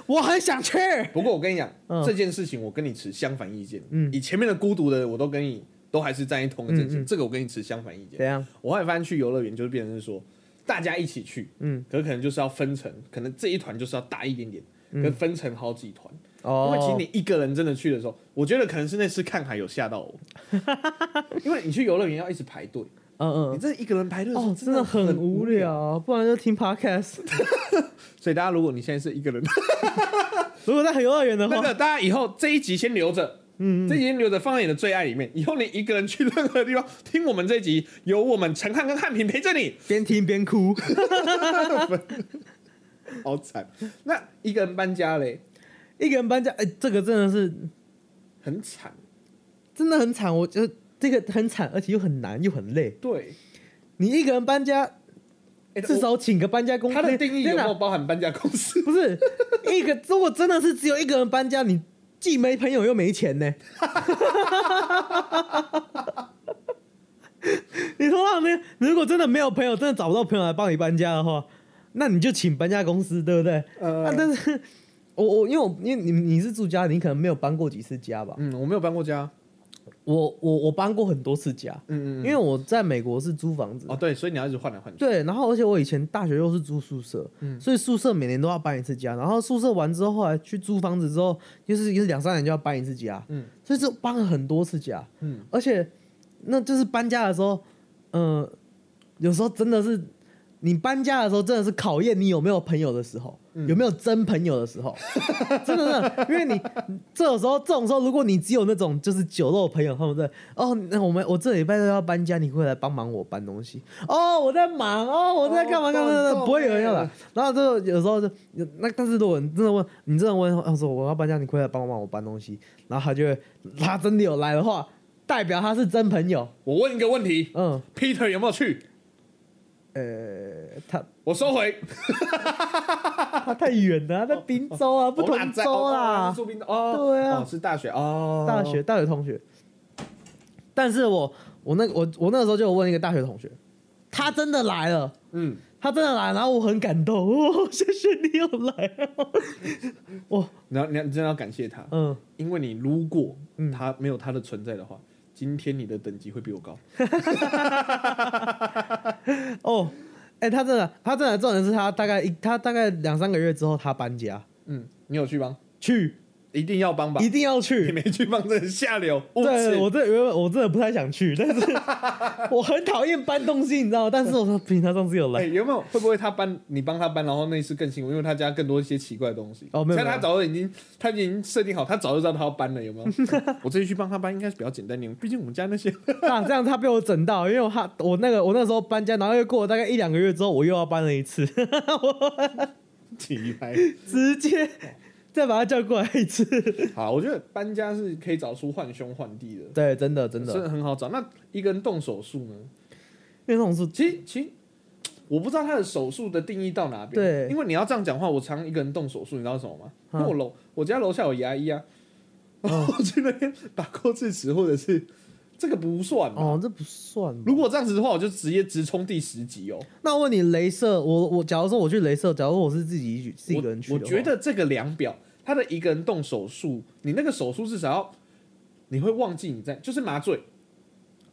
S2: 我很想去。
S1: 不过我跟你讲，
S2: 嗯
S1: 这件事情我跟你持相反意见。
S2: 嗯
S1: 以前面的孤独的我都跟你都还是站一同个阵线，
S2: 嗯嗯啊
S1: 这个我跟你持相反意
S2: 怎
S1: 见。
S2: 样？
S1: 我后来发现去游乐园就是变成是说，大家一起去，
S2: 嗯，
S1: 可是可能就是要分成，可能这一团就是要大一点点，跟分成好几团。因
S2: 嗯哦
S1: 为其实你一个人真的去的时候，我觉得可能是那次看海有吓到 我，因为你去游乐园要一直排队，
S2: 嗯
S1: 你
S2: 嗯，
S1: 这一个人排队的时候
S2: 哦，真的
S1: 很
S2: 很无。聊，啊不然就听 podcast。
S1: 所以大家，如果你现在是一个人，
S2: 如果在游乐园的
S1: 那
S2: 话，
S1: 个大家以后这一集先留着，嗯，这一集先留着放在你的最爱里面。以后你一个人去任何地方听我们这集，有我们陈汉跟汉平陪着你，
S2: 边听边 哭。
S1: 好惨。那一个人搬家嘞，
S2: 一个人搬家，哎、这个真的是
S1: 很惨。
S2: 真的很惨，我觉得这个很惨，而且又很难又很累。
S1: 对，
S2: 你一个人搬家，
S1: 欸
S2: 至少请个搬家
S1: 我
S2: 公司。
S1: 他的定义有
S2: 天
S1: 没
S2: 哪
S1: 有包含搬家公司？
S2: 不是一个，如果真的是只有一个人搬家，你既没朋友又没钱 呢。你通常呢，如果真的没有朋友，真的找不到朋友来帮你搬家的话，那你就请搬家公司，对不对？
S1: 呃
S2: 啊，但是我我因为我因为你你是住家，你可能没有搬过几次家吧？
S1: 嗯，我没有搬过家。
S2: 我我我搬过很多次家，
S1: 嗯嗯嗯。
S2: 因为我在美国是租房子
S1: 哦，，对，所以你要一直换来换去。
S2: 对，然后而且我以前大学又是住宿舍，
S1: 嗯
S2: 所以宿舍每年都要搬一次家，然后宿舍完之后，后来去租房子之后，就是就是两三年就要搬一次家，
S1: 嗯
S2: 所以就搬了很多次家，
S1: 嗯
S2: 而且那就是搬家的时候，嗯、有时候真的是你搬家的时候，真的是考验你有没有朋友的时候，有没有真朋友的时候，真的真的，因为你这种时候，这种时候，如果你只有那种就是酒肉朋友，他们在哦，那我们我这礼拜都要搬家，你会来帮忙我搬东西？哦，我在忙哦，我在干嘛
S1: 哦
S2: 干嘛干
S1: 懂
S2: 嘛，不会有人要
S1: 懂
S2: 来。然后就有时候就有那，但是如果你真的问，你真的问，他说我要搬家，你会来帮忙我搬东西，然后他就会，他真的有来的话，代表他是真朋友，
S1: 我问一个问题
S2: 嗯，
S1: ，Peter 有没有去？
S2: 呃，他
S1: 我收回。
S2: 他太远了，他在滨州啊，不
S1: 我哪
S2: 同
S1: 在
S2: 州
S1: 哦
S2: 啦
S1: 哦，住宾哦，
S2: 对啊
S1: 哦是大学哦，
S2: 大学大学同学。但是我我那我我那个时候就有问一个大学同学，他真的来了。
S1: 嗯，
S2: 他真的来，然后我很感动，哦， 谢谢你又来、哦，我
S1: 然后你要你真的要感谢他，
S2: 嗯，
S1: 因为你如果
S2: 嗯
S1: 他没有他的存在的话，今天你的等级会比我高。
S2: 哦，哎、他真的，他真的，重点是他大概一，他大概两三个月之后，他搬家
S1: 嗯，你有去帮？
S2: 去，
S1: 一定要帮吧
S2: 一？定要
S1: 你
S2: 去。
S1: 没去帮，真的下流。无耻
S2: 对，我这原本我真的不太想去，但是 我很讨厌搬东西，你知道吗？但是我说，凭他上次有
S1: 哎，
S2: 来，
S1: 有没有会不会他搬你帮他搬，然后那一次更辛苦，因为他加更多一些奇怪的东西。
S2: 哦没有
S1: 现在
S2: 没
S1: 他
S2: 有
S1: 早就已经他已经设定好，他早就知道他要搬了，有没有？我这次去帮他搬应该是比较简单一点，毕竟我们家那些
S2: 啊，这样 他被我整到，因为我他我那个我那时候搬家，然后又过了大概一两个月之后，我又要搬了一次，
S1: 奇怪。
S2: 直接再把他叫过来一次。
S1: 好，我觉得搬家是可以找出换兄换弟的，
S2: 对，真的真的，
S1: 真的很好找。那一个人动手术呢？
S2: 那种是
S1: 其实其实我不知道他的手术的定义到哪边。
S2: 对
S1: 因为你要这样讲话，我常一个人动手术，你知道是什么吗？因
S2: 嗯
S1: 为我楼我家楼下有牙医啊，然
S2: 哦
S1: 后 我去那边打过智齿，或者是这个不算吧。
S2: 哦，这不算吧。
S1: 如果这样子的话，我就直接直冲第十集哦。
S2: 那我问你，镭射，我我假如说我去镭射，假如说我是自己一自己一个人去
S1: 我，我
S2: 的话
S1: 觉得这个量表，他的一个人动手术，你那个手术至少要，你会忘记你在，就是麻醉，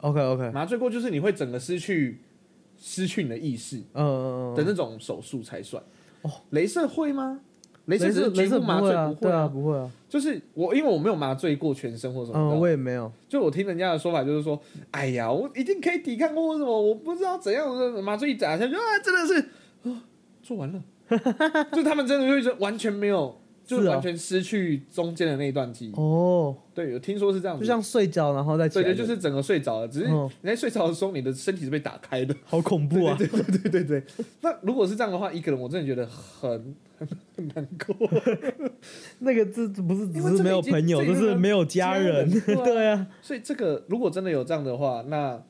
S2: OK OK，
S1: 麻醉过就是你会整个失去失去你的意识
S2: 嗯，
S1: 呃
S2: 哦
S1: 的那种手术才算。镭射会吗？
S2: 没
S1: 镭射只是局
S2: 没
S1: 部
S2: 事
S1: 麻醉
S2: 会啊，
S1: 会
S2: 对啊，，不会啊，
S1: 就是我因为我没有麻醉过全身或什么
S2: 嗯，
S1: 的，
S2: 我也没有，
S1: 就我听人家的说法，就是说，哎呀，我一定可以抵抗或什么，我不知道怎样，麻醉一打下去啊，真的是 啊，做 完了，就他们真的就是完全没有，就是是
S2: 啊
S1: 完全失去中间的那一段记忆。
S2: 哦，
S1: 对，有听说是这样
S2: 就
S1: 子，
S2: 像睡觉然后再起
S1: 对
S2: 来的，
S1: 对，就是整个睡着了，只是
S2: 嗯
S1: 你在睡着的时候，你的身体是被打开的。
S2: 好恐怖啊！
S1: 对对对对对。那如果是这样的话，一个人我真的觉得很很难过。
S2: 那个这这不是只
S1: 因为这个
S2: 是没有
S1: 已经
S2: 朋友，
S1: 这个
S2: 就是没有家人，
S1: 家人
S2: 对啊，
S1: 所以这个如果真的有这样的话，那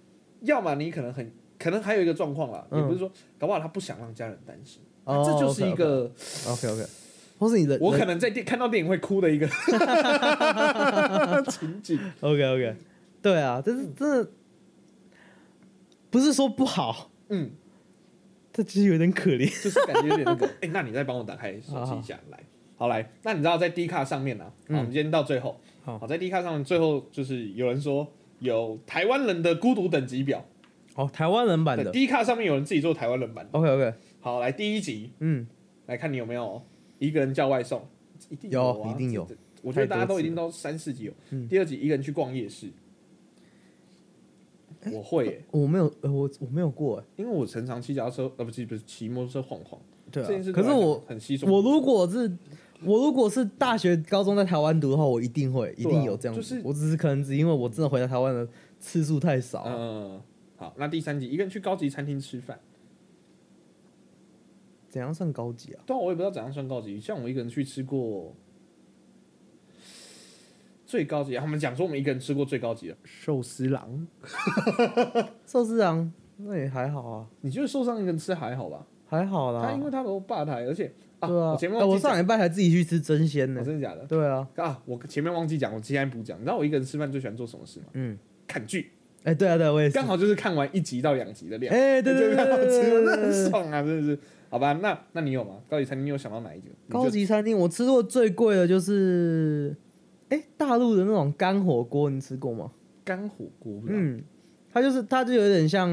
S1: 要么你可能很可能还有一个状况啦，
S2: 嗯
S1: 也不是说搞不好他不想让家人担心，
S2: 哦
S1: 啊这就是一个
S2: OK OK，或是你的
S1: 我可能在电看到电影会哭的 一个情景。
S2: OK OK，对啊，但是真的不是说不好，
S1: 嗯，
S2: 这其实有点可怜。
S1: 就是感觉有点那个。哎、那你再帮我打开手机一下，来，好来。那你知道在 D 卡上面呢、啊？好，我们今天到最后，
S2: 嗯好
S1: 在 D 卡上面最后就是有人说有台湾人的孤独等级表，
S2: 哦，台湾人版
S1: 对
S2: 的
S1: ，D 卡上面有人自己做台湾人版的。
S2: OK OK，
S1: 好，来第一集，
S2: 嗯，
S1: 来看你有没有一个人叫外送，一定有、啊，
S2: 有一定有
S1: 这。我觉得大家
S2: 太多
S1: 都
S2: 次
S1: 一定都三四集有。
S2: 嗯
S1: 第二集一个人去逛夜市，我会、耶，
S2: 我没有，呃我我没有过哎，
S1: 因为我常常骑脚踏车，呃，不是不是骑摩托车晃晃，
S2: 对啊
S1: 这件事
S2: 可是
S1: 对来
S2: 我
S1: 讲很稀松。
S2: 我如果是我如果是大学、高中在台湾读的话，我一定会，一
S1: 对啊
S2: 定有这样子。
S1: 就是
S2: 我只是可能只因为我真的回到台湾的次数太少
S1: 嗯、
S2: 了。
S1: 好，那第三集一个人去高级餐厅吃饭，
S2: 怎样算高级啊？
S1: 但我也不知道怎样算高级。像我一个人去吃过最高级，他们讲说我们一个人吃过最高级的寿司郎，
S2: 寿司郎那也还好啊，
S1: 你觉得寿司郎一个人吃还好吧？
S2: 还好啦。
S1: 他因为他都吧台，而且啊，
S2: 啊对啊，
S1: 我前面
S2: 哎
S1: 忘
S2: 我
S1: 记讲
S2: 上礼拜还自己去吃真鲜
S1: 哦
S2: 呢。
S1: 真的假的？
S2: 对啊，
S1: 啊，我前面忘记讲，我今天补讲。你知道我一个人吃饭最喜欢做什么事吗？
S2: 嗯，
S1: 看剧，
S2: 哎、对啊，对啊，我也 是
S1: 刚。好就是看完一集到两集的量。
S2: 哎、对对对对对
S1: 吃，
S2: 对
S1: 那很
S2: 对对。
S1: 爽啊，真的是。好吧，那那你有吗？高级餐厅你有想到哪一个？
S2: 高级餐厅我吃过最贵的就是，哎、大陆的那种干火锅，你吃过吗？
S1: 干火锅，嗯，
S2: 嗯，它就是它就有点像，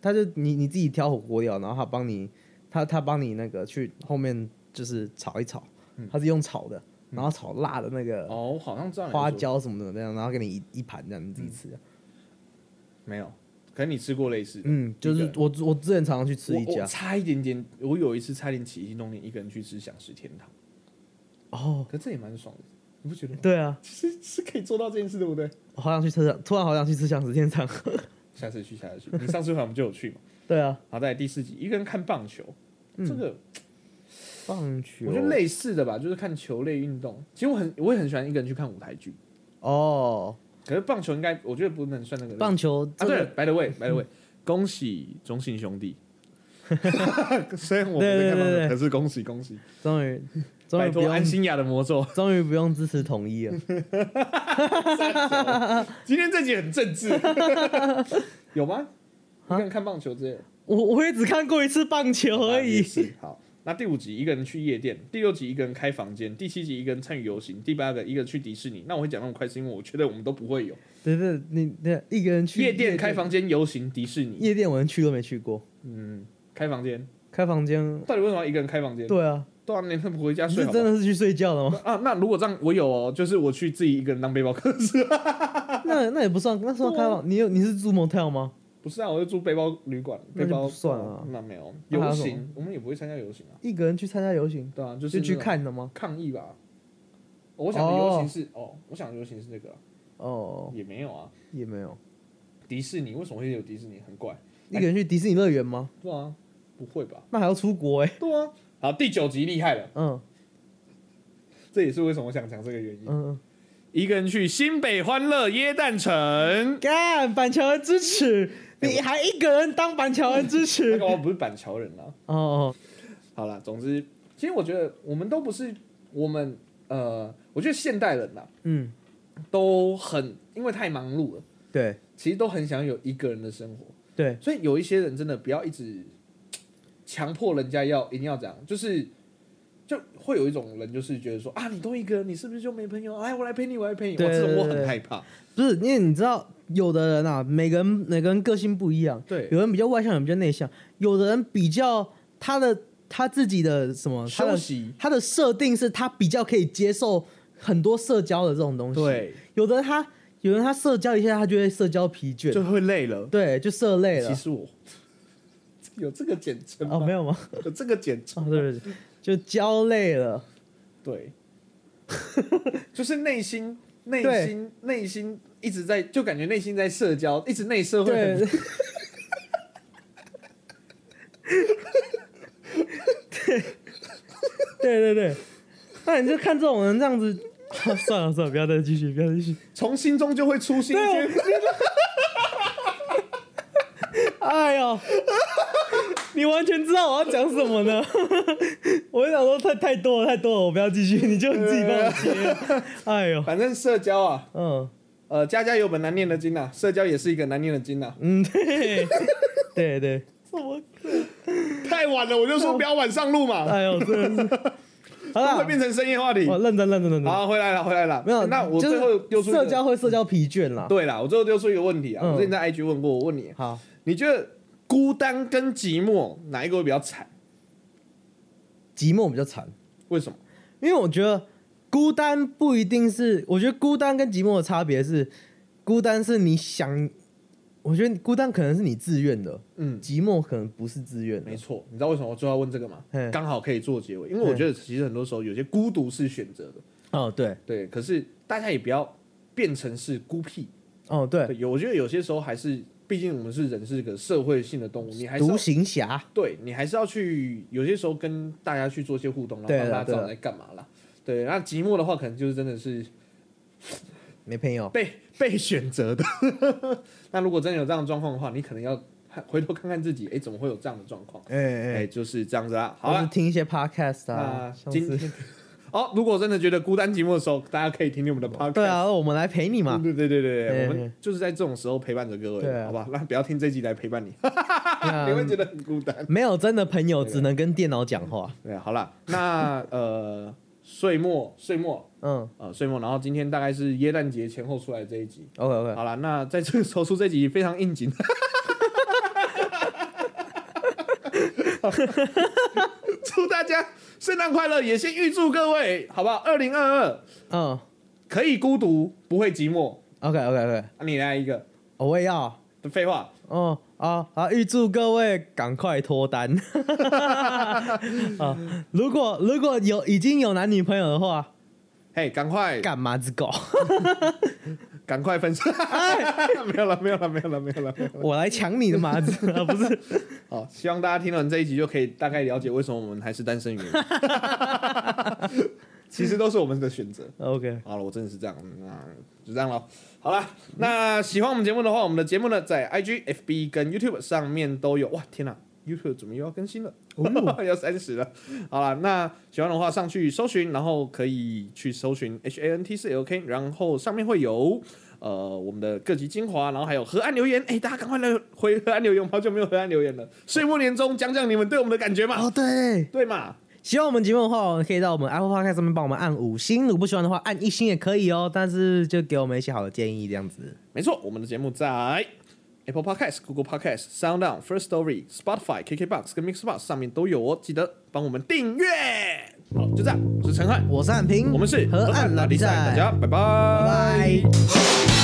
S2: 它就你你自己挑火锅料，然后他帮你，他他帮你那个去后面就是炒一炒，
S1: 嗯
S2: 他是用炒的，然后炒辣的那个
S1: 哦，我好像知道你在
S2: 嗯花
S1: 说
S2: 椒什么的那样，然后给你一一盘这样你自己吃。
S1: 没有，可能你吃过类似的。
S2: 嗯，就是我我之前常常去吃
S1: 我
S2: 一
S1: 我
S2: 家，
S1: 差一点点，我有一次差点起心动念，一个人去吃享食天堂，
S2: 哦，
S1: 可这也蛮爽的，你不觉得 吗？
S2: 对啊，
S1: 其实是可以做到这件事，对不对？
S2: 我好想去吃，突然好想去吃享食天堂。
S1: 下次去，下次去。你上次好像就有去嘛？
S2: 对啊，
S1: 好，再来第四集，一个人看棒球，
S2: 嗯
S1: 这个
S2: 棒球，
S1: 我觉得类似的吧，就是看球类运动。其实我很我也很喜欢一个人去看舞台剧，
S2: 哦，
S1: 可是棒球应该我觉得不能算那个类
S2: 棒球嗯
S1: 啊。
S2: 这
S1: 对
S2: 个
S1: 了，by the way，by the way，恭喜中信兄 弟。虽然我们在
S2: 对对
S1: 看棒
S2: 对
S1: 球，
S2: 对
S1: 可是恭喜恭喜！
S2: 终于 终
S1: 拜
S2: 于不
S1: 托
S2: 用
S1: 安心雅的魔咒，
S2: 终于不用支持统一 了。
S1: 今天这集很政治，有吗？一
S2: 啊
S1: 个人看棒球之类的
S2: 我我也只看过一次棒 球而
S1: 啊也
S2: 已。
S1: 是好，那第五集一个人去夜店，第六集一个人开房间，第七集一个人参与游行，第八个一个人去迪士尼。那我会讲那么快，是因为我觉得我们都不会有
S2: 对对，你对一个人去
S1: 夜店、开，房间、游行、迪士尼。
S2: 夜店我连去都没去过，
S1: 嗯，开房间，
S2: 开房间。
S1: 到底为什么要一个人开房间？
S2: 对啊，
S1: 对啊，你他不回家
S2: 你
S1: 睡
S2: 是
S1: 好
S2: 真
S1: 吗？
S2: 的是去睡觉 的吗？
S1: 啊，那如果这样，我有哦，就是我去自己一个人当背包客是吧？
S2: 那那也不算，那算开
S1: 啊
S2: 房。你有你是住 motel 吗？
S1: 不是啊，我就住背包旅馆，
S2: 那
S1: 背
S2: 就
S1: 包
S2: 不算啊
S1: 那没有
S2: 那还
S1: 游
S2: 有什么
S1: 行，我们也不会参加游行啊。
S2: 一个人去参加游行
S1: 对啊，就
S2: 就是去
S1: 那种
S2: 看的吗？
S1: 抗议吧。我想的游行是哦，我想的游行是那个啊，
S2: 哦，
S1: 也没有啊。
S2: 也没有。
S1: 迪士尼为什么会有迪士尼？很怪，
S2: 一个人去迪士尼乐园吗？
S1: 对啊，不会吧？
S2: 那还要出国哎。
S1: 对啊。好，第九集厉害了，
S2: 嗯
S1: 这也是为什么我想讲这个原因。
S2: 嗯，
S1: 一个人去新北欢乐耶诞城，
S2: 干板桥人支持，你还一个人当板桥人支
S1: 那
S2: 持？
S1: 个我不是板桥人啊。
S2: 哦哦，
S1: 好了，总之，其实我觉得我们都不是我们呃，我觉得现代人呐、啊
S2: 嗯，
S1: 都很因为太忙碌了，
S2: 对
S1: 其实都很想有一个人的生活，
S2: 对，
S1: 所以有一些人真的不要一直强迫人家要一定要这样，就是就会有一种人就是觉得说啊，你都一个人，你是不是就没朋友？哎，我来陪你，我来陪你。
S2: 对
S1: 哇，这种我
S2: 对
S1: 很
S2: 对
S1: 害怕。
S2: 不是因为你知道，有的人啊，每个人每个人个性不一样。
S1: 对
S2: 有人比较外向，有人比较内向，有的人比较他的他自己的什么他的
S1: 休息
S2: 他的设定是他比较可以接受很多社交的这种东西。
S1: 对，
S2: 有的他有的他社交一下，他就会社交疲
S1: 就
S2: 倦，
S1: 会累了。
S2: 对，就社累
S1: 其
S2: 了。
S1: 实我 有这个简称
S2: 哦，没
S1: 有，
S2: 有吗？
S1: 有这个简称
S2: 哦，对对对，就焦累了。
S1: 对，就是内心内
S2: 对
S1: 心内心一直在，就感觉内心在社交，一直内社会很
S2: 对，对对对，那你就看这种人这样子， 算了算了，不要再继续，不要再继续。
S1: 从心中就会出现一些，
S2: 哎呦， 你完全知道我要讲什么呢？ 我就想说太太多了，太多了，我不要继续，你就你自己帮我接。 哎呦，
S1: 反正社交啊，
S2: 嗯
S1: 呃，家家有本难念的经呐、社交也是一个难念的经呐、啊
S2: 嗯， 对对对，什么？
S1: 太晚了，我就说不要晚上录嘛，
S2: 哎呦，真 的是，好
S1: 会
S2: 了，
S1: 变成深夜话题。
S2: 啊我认真认真认真。
S1: 好，回来了，回来了。
S2: 没有，
S1: 那我
S2: 就
S1: 最
S2: 是
S1: 后丢出一个
S2: 社交会社交疲倦啦。
S1: 对啦，我最后丢出一个问题啊，
S2: 嗯
S1: 我之前在 IG 问过，我问你，啊
S2: 好，
S1: 你觉得孤单跟寂寞哪一个会比较惨？
S2: 寂寞比较惨，
S1: 为什么？
S2: 因为我觉得孤单不一定是，我觉得孤单跟寂寞的差别是，孤单是你想，我觉得孤单可能是你自愿的，
S1: 嗯，
S2: 寂寞可能不是自愿的
S1: 没。错。你知道为什么我最后要问这个吗
S2: 嗯？
S1: 刚好可以做结尾，因为我觉得其实很多时候有些孤独是选择的，
S2: 哦，对，
S1: 对。可是大家也不要变成是孤僻，
S2: 哦对，
S1: 对。有我觉得有些时候还是，毕竟我们是人，是个社会性的动物，你还是要
S2: 独行侠，
S1: 对你还是要去，有些时候跟大家去做一些互动，然后
S2: 对
S1: 让大家
S2: 啦
S1: 知道
S2: 对啊
S1: 你
S2: 啦
S1: 在干嘛啦。对，那寂寞的话，可能就是真的是
S2: 没朋友。
S1: 被 被选择的。 那如果真的有这样的状况的话，你可能要看回头看看自己，哎、怎么会有这样的状况？
S2: 哎哎
S1: 哎、就是这样子啦。好
S2: 或是
S1: 了，
S2: 听一些 podcast
S1: 那
S2: 啊，像
S1: 今
S2: 是
S1: 天哦，如果真的觉得孤单寂寞的时候，大家可以听听我们的 podcast。
S2: 对啊，我们来陪 你嘛，
S1: 对对对对对，
S2: 哎
S1: 我们就是在这种时候陪伴着各
S2: 对
S1: 位，
S2: 啊嗯
S1: 好吧？那不要听这集来陪伴你，
S2: 那
S1: 你会觉得很孤单。
S2: 没有真的朋友，只能跟电脑讲话。
S1: 对，好了，那呃，岁末岁末
S2: 嗯
S1: 呃岁末，然后今天大概是耶诞节前后出来的这一集。
S2: ，OK OK，
S1: 好了，那在这个时候出这集非常应景。 祝大家圣诞快乐，也先预祝各位好不好？二零二二
S2: 嗯
S1: 可以孤独，不会寂寞。
S2: ，OK OK OK，
S1: 啊、你来一个，
S2: 哦我也要。
S1: 废话，
S2: 哦啊啊！预祝各位赶快脱单 啊！如果如果有已经有男女朋友的话，
S1: 嘿，赶快
S2: 干嘛子狗？
S1: 赶快分手！ 没有了，没有了，没有了，没有了。没有了
S2: 我来抢你的麻子 啊！不是，
S1: 好，希望大家听了这一集就可以大概了解为什么我们还是单身原因。 其实都是我们的选择。
S2: OK，
S1: 好了，我真的是这样，嗯那就这样咯。好了，那喜欢我们节目的话，我们的节目呢在 IG、FB 跟 YouTube 上面都有。哇，天哪！YouTube 怎么又要更新了？ 要三十了。好了，那喜欢的话上去搜寻，然后可以去搜寻 H A N T 四 L K，然后上面会有呃我们的各级精华，然后还有河岸留言。哎、大家赶快来回河岸留言，我们好久没有河岸留言了。岁末年终，讲讲你们对我们的感觉嘛，
S2: 哦对，
S1: 对嘛？
S2: 喜欢我们节目的话，哦可以到我们 Apple Podcast 上面帮我们按五星，如果不喜欢的话，按一星也可以哦。但是就给我们一些好的建议，这样子。
S1: 没错，我们的节目在 Apple Podcast、Google Podcast、Sound On、First Story、Spotify、KKBox 跟 Mixbox 上面都有哦，记得帮我们订阅。好，就这样，我是陈汉，
S2: 我是汉平，
S1: 我们是
S2: 河岸拉
S1: 拉
S2: 比
S1: 力赛，
S2: 赛，
S1: 大家拜拜
S2: 拜拜。